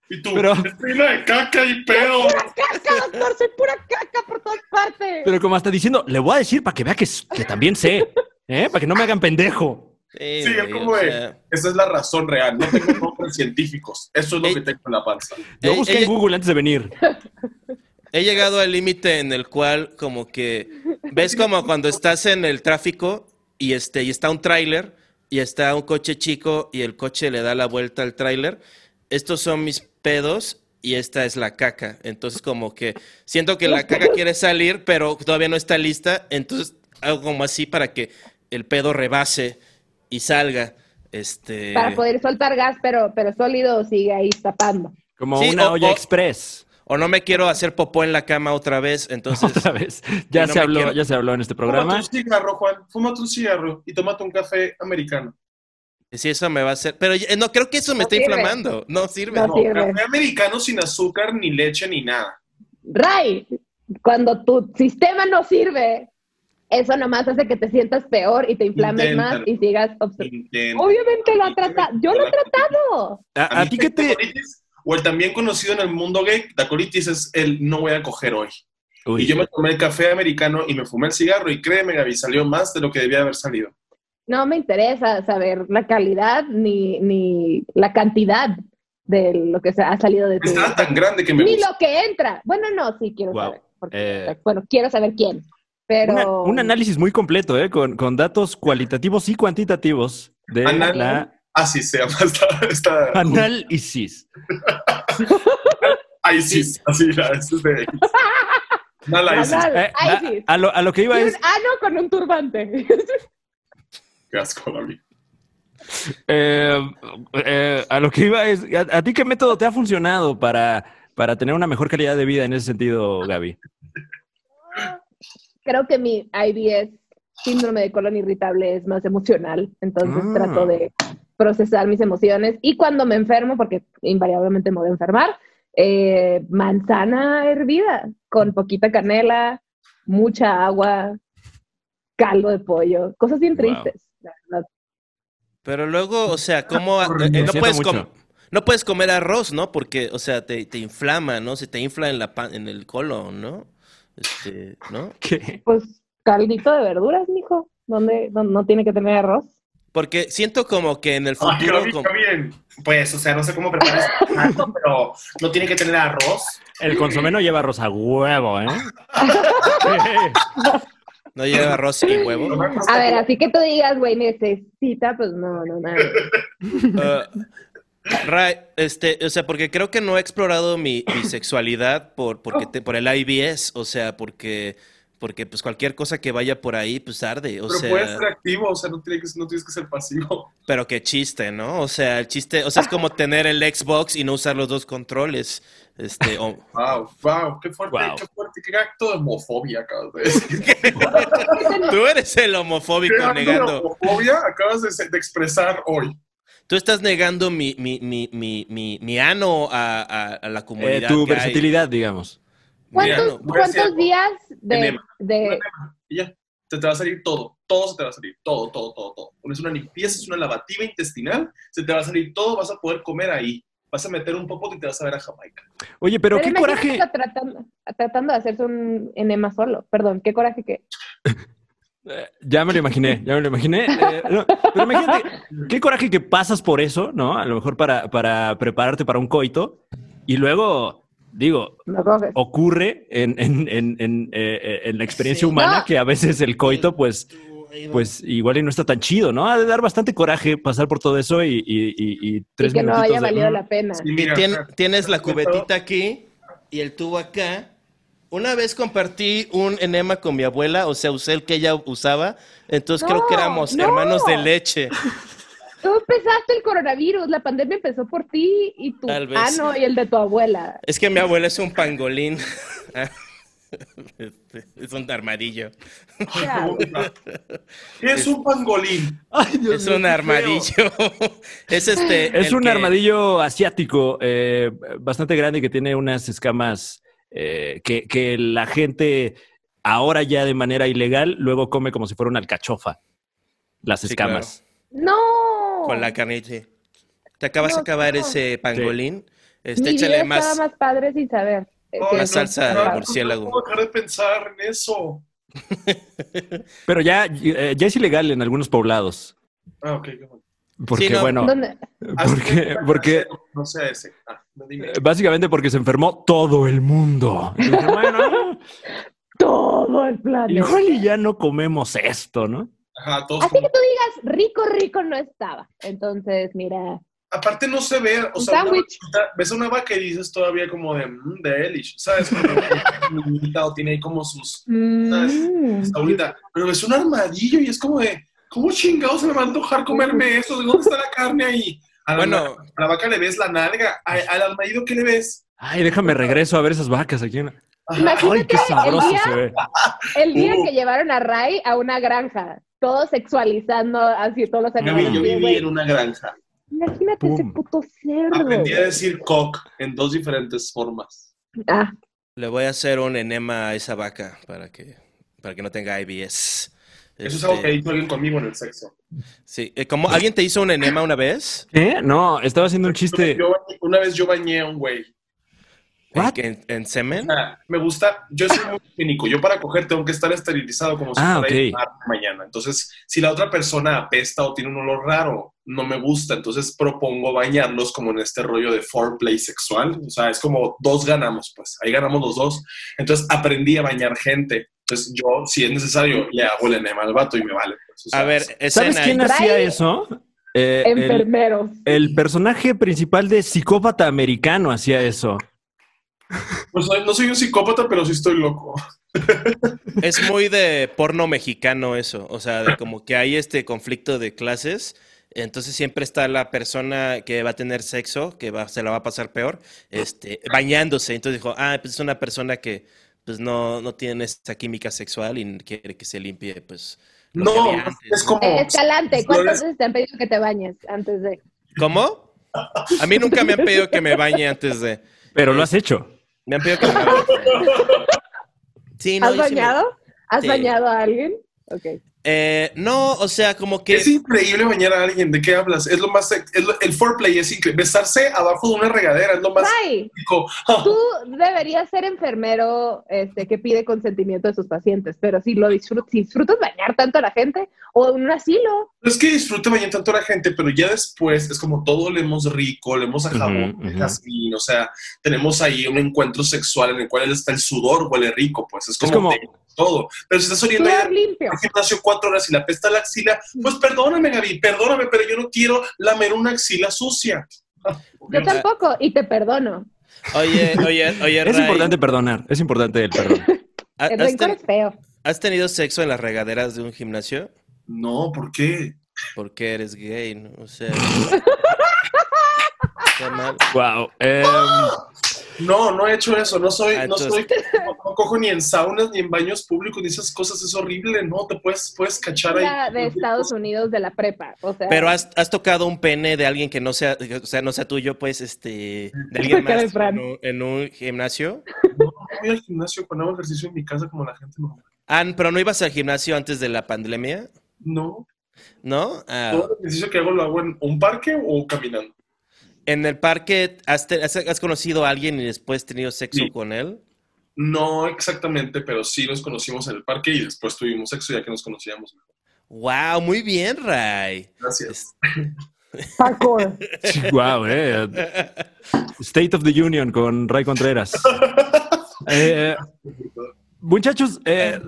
D: Y tú,
C: Pero-
D: espina de caca y pedo.
A: Pura caca, doctor, soy pura caca por todas partes.
C: Pero como hasta diciendo, le voy a decir para que vea que, s- que también sé, ¿eh? para que no me hagan pendejo.
B: Sí,
D: Sí, es
B: güey,
D: como
B: o
D: de,
B: sea,
D: esa es la razón real. No tengo nombres científicos. Eso es lo
C: Eh,
B: Ey.
D: que tengo en la panza.
C: Yo
B: Ey,
C: busqué
B: Eh, ella-
C: en Google antes de venir.
B: He llegado al límite en el cual como que ves como cuando estás en el tráfico y este y está un tráiler y está un coche chico y el coche le da la vuelta al tráiler. Estos son mis pedos y esta es la caca. Entonces como que siento que la caca quiere salir, pero todavía no está lista, entonces hago como así para que el pedo rebase y salga. Este
A: Para poder soltar gas, pero, pero sólido sigue ahí tapando.
C: Como
B: Sí,
C: una
B: o-
C: olla
B: o-
C: express.
B: o no me quiero hacer popó en la cama otra vez, entonces
C: Otra vez. Ya
B: no
C: se
B: me
C: habló,
B: quiero-
C: ya se habló en este
D: Fúmate
C: programa.
D: un cigarro, Juan. Fúmate un cigarro y tómate un café americano.
B: Sí, eso me va a hacer. Pero yo- no creo que eso me
A: No
B: esté
A: sirve.
B: inflamando. No sirve.
A: No
D: No,
A: sirve.
D: café americano sin azúcar, ni leche, ni nada.
A: Ray, cuando tu sistema no sirve, eso nomás hace que te sientas peor y te inflames
D: Inténtalo.
A: más y sigas obs-
D: Intenta.
A: Obviamente lo ha tratado. Yo lo he tratado.
C: ¿A, a
D: mí
C: ti qué te...?
D: tacolitis, O el también conocido en el mundo gay, la colitis es el no voy a coger hoy.
C: Uy.
D: Y yo me tomé el café americano y me fumé el cigarro y créeme, Gaby, salió más de lo que debía haber salido.
A: No me interesa saber la calidad ni, ni la cantidad de lo que se ha salido de tu.
D: Estaba tan grande que me
A: Ni
D: gusta.
A: lo que entra. Bueno, no, sí quiero
C: Wow.
A: saber. porque-
C: Eh.
A: Bueno, quiero saber quién. Pero.
C: Una- un análisis muy completo, ¿eh? con, con datos cualitativos y cuantitativos de
D: Anal.
C: la
D: Así Ah, se llama esta...
C: Ah,
D: esta-
C: análisis.
D: Ay, sí, así la es de... No la hice,
A: Anal-
C: Eh,
A: Ay,
C: a,
A: sí.
C: a lo, a lo que
A: Y un
C: iba es,
A: ano con un turbante.
D: qué asco, Gaby.
C: eh, eh, a lo que iba es, ¿a, a ti qué método te ha funcionado para, para tener una mejor calidad de vida en ese sentido, Gaby?
A: creo que mi IBS, síndrome de colon irritable, es más emocional. Entonces
C: Ah.
A: trato de procesar mis emociones. Y cuando me enfermo, porque invariablemente me voy a enfermar, eh, manzana hervida con poquita canela, mucha agua, caldo de pollo, cosas bien
C: Wow.
A: tristes. la verdad.
B: Pero luego, o sea, ¿cómo? eh, eh,
C: Lo
B: no,
C: siento
B: puedes
C: mucho.
B: com- no puedes comer arroz, ¿no? Porque, o sea, te, te inflama, ¿no? Se te infla en, la pan- en el colon, ¿no? Este, ¿no?
C: ¿Qué?
A: Pues caldito de verduras, mijo. ¿Dónde, dónde- no tiene que tener arroz?
B: Porque siento como que en el
D: Ay,
B: futuro.
D: Gaby,
B: como-
D: está bien.
E: Ah, Pues, o sea, no sé cómo preparas el plato, pero no tiene que tener arroz.
C: El consomé no lleva rosa huevo, ¿eh?
D: Ah,
B: No lleva arroz y huevo.
A: A ver, así que tú digas, güey, necesita, pues no, no, nada.
B: Ah, Ray, este, o sea, porque creo que no he explorado mi, mi sexualidad por, porque te- por el IBS, o sea, porque Porque pues cualquier cosa que vaya por ahí, pues arde. O
D: Pero
B: sea,
D: puedes ser activo, o sea, no, tiene que- no tienes que ser pasivo.
B: pero qué chiste, ¿no? O sea, el chiste, o sea, es como tener el Xbox y no usar los dos controles. Este, o-
D: Wow, wow, qué fuerte,
C: Wow.
D: qué fuerte, qué acto de homofobia acabas de decir.
B: tú eres el homofóbico
D: ¿Qué acto de
B: negando.
D: homofobia acabas de, se- de expresar hoy?
B: Tú estás negando mi, mi, mi, mi, mi, mi ano a, a- a la
C: Eh,
B: comunidad.
C: tu
B: gay.
C: versatilidad, digamos.
B: Mi ano.
A: ¿Cuántos,
D: voy a
A: cuántos
D: hacer-
A: días de,
D: Enema.
A: de-
D: Y ya, te, te va a salir todo, todo se te va a salir, todo, todo, todo, todo. Es una limpieza, es una lavativa intestinal, se te va a salir todo, vas a poder comer ahí. Vas a meter un poco y te vas a ver a Jamaica.
C: Oye, pero, qué
A: imagínate
C: coraje.
A: Tratando, tratando de hacerse un enema solo. Perdón, qué coraje que.
C: Eh, Ya me lo imaginé, ya me lo imaginé. Eh, no, pero imagínate, qué coraje que pasas por eso, ¿no? A lo mejor para, para prepararte para un coito y luego, digo,
A: No coges.
C: Oh, ocurre en, en- en- en, eh, eh, en la experiencia humana
A: No.
C: que a veces el coito, pues, pues igual y no está tan chido, ¿no? Ha de dar bastante coraje pasar por todo eso y, y- y- y tres
A: y que no
C: minutitos
A: haya
C: de,
A: valido
C: mm,
A: la pena.
D: Y mira,
B: Tien-
D: Fer,
B: tienes la
D: Perfecto.
B: cubetita aquí y el tubo acá. Una vez compartí un enema con mi abuela, o sea, usé el que ella usaba. Entonces creo que
A: No,
B: éramos
A: no.
B: hermanos de leche.
A: Tú empezaste el coronavirus, la pandemia empezó por ti y tu
B: Tal vez.
A: ano y el de tu abuela.
B: Es que mi abuela es un pangolín. Este, es un armadillo.
A: Claro.
D: es un pangolín.
C: Ay, Dios
B: es
C: mío,
B: un
C: qué feo.
B: armadillo. es este.
C: Es
B: el
C: un
B: que-
C: armadillo asiático eh, bastante grande que tiene unas escamas eh, que, que la gente ahora ya de manera ilegal luego come como si fuera una alcachofa. Las
B: Sí,
C: escamas.
A: No.
B: Con la carnita. sí. Te acabas de
A: No,
B: acabar
A: no.
B: ese pangolín. Este,
A: Mi
B: échale
A: vida
B: más.
A: estaba más padre sin saber. eh,
D: Ay,
A: que-
B: la salsa de
D: no
B: murciélago.
D: puedo dejar de pensar en eso.
C: Pero ya, eh, ya es ilegal en algunos poblados.
D: Ah, ok, qué bueno.
C: Porque,
B: Sí, no.
C: bueno,
A: ¿Dónde-
C: porque, porque
D: No sé ese. Ah, no
A: Eh,
D: dime.
C: básicamente porque se enfermó todo el mundo. Y dije, bueno,
A: Todo el planeta.
C: igual y ya no comemos esto, ¿no?
D: Ajá, todos
A: Así
D: como-
A: que tú digas, rico, rico no estaba. Entonces, mira,
D: Aparte no se ve, o
A: Un
D: sea, una
A: sándwich.
D: vaquita- ves a una vaca y dices todavía como de, mmm, delish, ¿sabes? Como que niñita o tiene ahí como sus
A: mm,
D: ahorita, pero ves un armadillo y es como de, ¿cómo chingados se me va a antojar comerme eso? ¿De dónde está la carne ahí? A la,
B: Bueno.
D: a la vaca le ves la nalga, a- al armadillo ¿qué le ves?
C: Ay, déjame regreso a ver esas vacas aquí. en la- Ay,
A: Imagínate
C: qué sabroso
A: el día,
C: se ve.
A: el día
D: Uh.
A: que llevaron a Ray a una granja, todo sexualizando así todos los
D: Yo
A: animales.
D: vi- yo
A: así de,
D: viví
A: güey,
D: en una granja.
A: Imagínate ese
C: Pum.
A: puto cerdo.
D: Aprendí a decir cock en dos diferentes formas.
A: Ah,
B: Le voy a hacer un enema a esa vaca para que, para que no tenga IBS.
D: Eso es
B: Este,
D: algo que hizo alguien conmigo en el sexo.
B: Sí, eh, como alguien te hizo un enema una vez
C: ¿Qué? No, estaba haciendo un chiste.
D: Yo- una vez yo bañé a un güey.
C: What?
B: en, en semen.
D: Ah, me gusta, yo soy muy clínico, yo para coger tengo que estar esterilizado como si
C: Ah,
D: fuera
C: ok.
D: a ir a mañana. Entonces, si la otra persona apesta o tiene un olor raro, no me gusta, entonces propongo bañarlos como en este rollo de foreplay sexual, o sea, es como dos ganamos, pues, ahí ganamos los dos. Entonces, aprendí a bañar gente. Entonces, yo, si es necesario, le hago el enema al vato y me vale. pues, o sea,
B: A ver, escena.
C: ¿Sabes quién
A: Trae-
C: hacía eso? Eh, el,
A: enfermeros.
C: el personaje principal de Psicópata Americano hacía eso.
D: pues, no soy un psicópata, pero sí estoy loco.
B: Es muy de porno mexicano eso, o sea, de como que hay este conflicto de clases, entonces siempre está la persona que va a tener sexo, que va, se la va a pasar peor, este, bañándose, entonces dijo, ah, pues es una persona que pues no, no tiene esta química sexual y quiere que se limpie, pues... lo que
D: No,
B: había antes,
D: es
B: ¿no?
D: como...
A: Eh, Escalante, ¿cuántas
D: Flores-
A: veces te han pedido que te bañes antes de...?
B: ¿Cómo? A mí nunca me han pedido que me bañe antes de...
C: Pero
B: Eh,
C: lo has hecho.
B: Me han pedido que me bañe. Sí, no,
A: ¿Has
B: yo sí me-
A: bañado? ¿Has
B: Sí.
A: bañado a alguien? Ok.
B: Eh, no, o sea, como que...
D: Es increíble bañar a alguien. ¿De qué hablas? Es lo más. sex- es lo- el foreplay es increíble. Besarse abajo de una regadera es lo más.
A: Ray,
D: rico. Ah,
A: tú deberías ser enfermero este, que pide consentimiento de sus pacientes, pero si lo disfrutas, si disfrutas bañar tanto a la gente o en un asilo,
D: No es que disfrute bañar tanto a la gente, pero ya después es como todo leemos rico, leemos a jabón,
C: Ujú, ujú.
D: jazmín, o sea, tenemos ahí un encuentro sexual en el cual está el sudor, huele rico, pues es como,
C: Es como-
D: de todo. Pero si estás oliendo ahí
A: sudor limpio.
D: al gimnasio cuatro horas y la pesta la axila, pues perdóname, Gaby, perdóname, pero yo no quiero lamer una axila sucia.
A: Yo tampoco, y te perdono.
B: Oye, oye, oye,
C: Es
B: eh, Ray,
C: importante perdonar, es importante el perdón.
B: ¿ha-
A: El
D: Ah,
A: rencor
B: has
D: este-
B: ten-
A: es feo.
B: ¿Has tenido sexo en las regaderas de un gimnasio?
D: No, ¿por qué?
B: Porque eres gay, ¿no? O sea. está mal.
C: Wow. em,
D: No, no he hecho eso. No soy,
B: Ah,
D: no soy,
B: entonces-
D: no cojo ni en saunas ni en baños públicos ni esas cosas. Es horrible, ¿no? Te puedes, puedes cachar
A: La
D: ahí.
A: de Estados Unidos de la prepa. O sea,
B: Pero has, has tocado un pene de alguien que no sea, o sea, no sea tuyo, pues, este, de alguien
A: Cara de
B: más
A: Fran.
B: en un, en un gimnasio.
D: No, no voy al gimnasio cuando hago ejercicio en mi casa como la gente normal.
B: Ah, pero no ibas al gimnasio antes de la pandemia,
D: No,
B: ¿no? Ah,
D: todo el ejercicio que hago lo hago en un parque o caminando.
B: en el parque, ¿has, te- has- has conocido a alguien y después tenido sexo
D: Sí.
B: con él?
D: No exactamente, pero sí nos conocimos en el parque y después tuvimos sexo ya que nos conocíamos mejor.
B: ¡Wow! Muy bien, Ray.
D: Gracias.
A: parkour.
C: Wow, eh. State of the Union con Ray Contreras. Eh, muchachos, eh,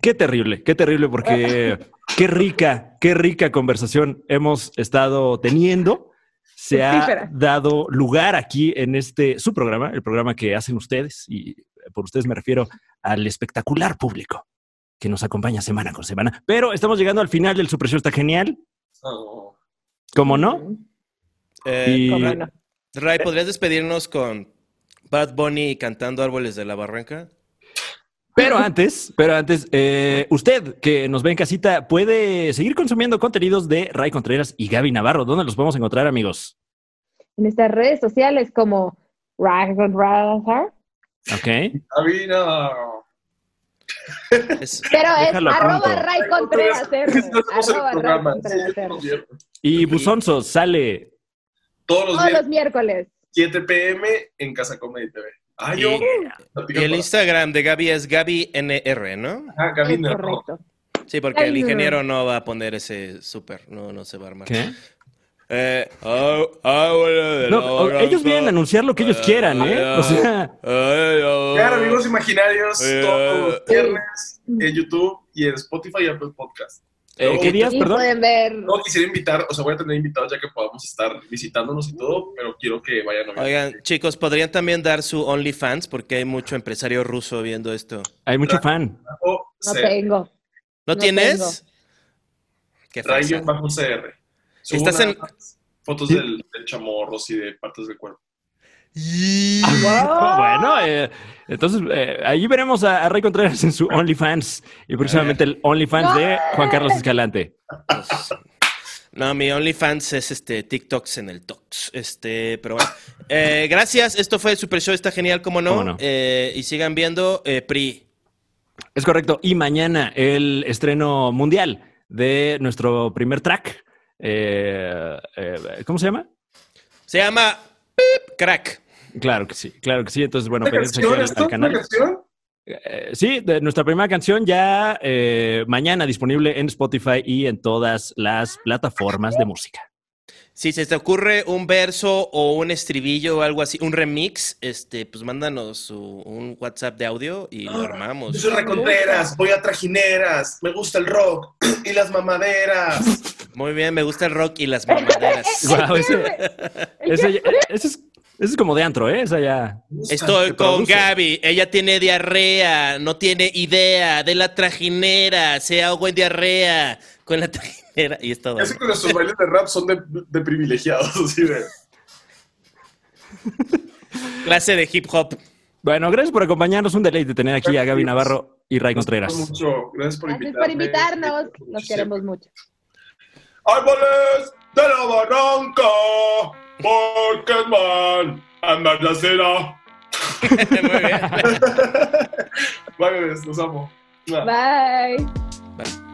C: qué terrible, qué terrible, porque qué rica, qué rica conversación hemos estado teniendo. Se ha
A: Fructífera.
C: dado lugar aquí en este, su programa, el programa que hacen ustedes, y por ustedes me refiero al espectacular público que nos acompaña semana con semana. Pero estamos llegando al final del Super Show, está genial,
D: Oh.
C: ¿cómo no?
B: Eh,
C: Y-
A: ¿Cómo no?
B: Ray, ¿podrías despedirnos con Bad Bunny cantando Árboles de la Barranca?
C: Pero antes, pero antes, eh, usted que nos ve en casita puede seguir consumiendo contenidos de Ray Contreras y Gaby Navarro. ¿Dónde los podemos encontrar, amigos?
A: En nuestras redes sociales como Rag on Radar.
C: Ok.
D: Avina.
A: Eh,
B: Es-
A: Pero es
C: Déjalo
A: arroba
C: pronto.
A: Ray Contreras. R.
D: Es que estamos en el
A: Arroba Ray
D: programa.
A: Contreras, R.
D: Sí, es
C: Y Buzonzo sale.
D: Todos los
A: Todos
D: días,
A: los miércoles.
D: 7 pm en Casa Comedy TV. Ah,
B: Y,
D: yo.
B: y el Instagram de Gaby es GabyNR, ¿no?
D: Ah,
A: Es
D: Gabina, no.
A: correcto.
B: Sí, porque el
A: Ay, no.
B: ingeniero no va a poner ese súper, no, no se va a armar.
C: ¿Qué?
B: Eh, ah, ah, bueno, de
C: No,
B: la
C: o- ellos
B: Barranca.
C: vienen a anunciar lo que ellos quieran, ¿eh? O sea,
B: Ay, ah,
D: Claro, amigos imaginarios,
B: Eh,
D: todos los
B: eh.
D: viernes en YouTube y en Spotify y Apple Podcast.
C: eh, ¿qué días,
A: Y
C: perdón?
A: pueden ver.
D: No quisiera invitar, o sea, voy a tener invitados ya que podamos estar visitándonos y todo, pero quiero que vayan a ver.
B: Oigan, chicos, ¿podrían también dar su OnlyFans? Porque hay mucho empresario ruso viendo esto.
C: Hay mucho fan.
D: O
A: No
D: CR,
A: tengo.
B: ¿No,
A: No
B: tienes? Qué
D: Ray
B: fresa.
D: bajo CR. Subo
B: Estás
D: nada
B: en-
D: más Fotos
C: Sí.
D: del, del chamorros y de partes del cuerpo.
C: Ah,
A: Wow.
C: Bueno, eh, entonces eh, ahí veremos a, a Ray Contreras en su OnlyFans y próximamente el OnlyFans de Juan Carlos Escalante.
B: No, mi OnlyFans es este TikToks en el Tox. Este, pero bueno. Eh, gracias. Esto fue el Super Show. Está genial, como no.
C: Cómo no.
B: Eh, y sigan viendo eh, PRI.
C: Es correcto. Y mañana el estreno mundial de nuestro primer track. Eh, eh, ¿Cómo se llama?
B: Se llama Pip Crack.
C: Claro que sí, claro que sí. Entonces, bueno,
D: ¿Una
C: pendientes aquí
D: canción
C: al-
D: esto?
C: al
D: ¿Una
C: canal.
D: canción?
C: Eh, sí, de nuestra primera canción ya eh, mañana disponible en Spotify y en todas las plataformas de música.
B: Si se te ocurre un verso o un estribillo o algo así, un remix, este, pues mándanos su- un WhatsApp de audio y lo
D: Yo
B: armamos.
D: soy Recontreras, voy a trajineras, me gusta el rock y las mamaderas.
B: Muy bien, me gusta el rock y las mamaderas.
C: Guau, ese, ese ya- ese es, ese es como de antro, ¿eh? Esa ya.
D: Me gusta.
B: Estoy
C: Se
B: con
C: produce.
B: Gaby, ella tiene diarrea, no tiene idea de la trajinera, se ahogó en diarrea con la trajinera y es todo.
D: Es que nuestros bailes de rap son de, de privilegiados, así de.
B: Clase de hip hop.
C: Bueno, gracias por acompañarnos. Un deleite tener aquí a Gaby Navarro y Ray
D: Nos
C: Contreras.
D: gustó mucho. Gracias por
A: Gracias
D: invitarme.
A: por invitarnos. Los queremos mucho.
D: Árboles de la barranca, porque es mal andar la cera.
B: Muy bien.
D: Bye, bebés, los amo. Mua.
A: Bye.
B: Bye.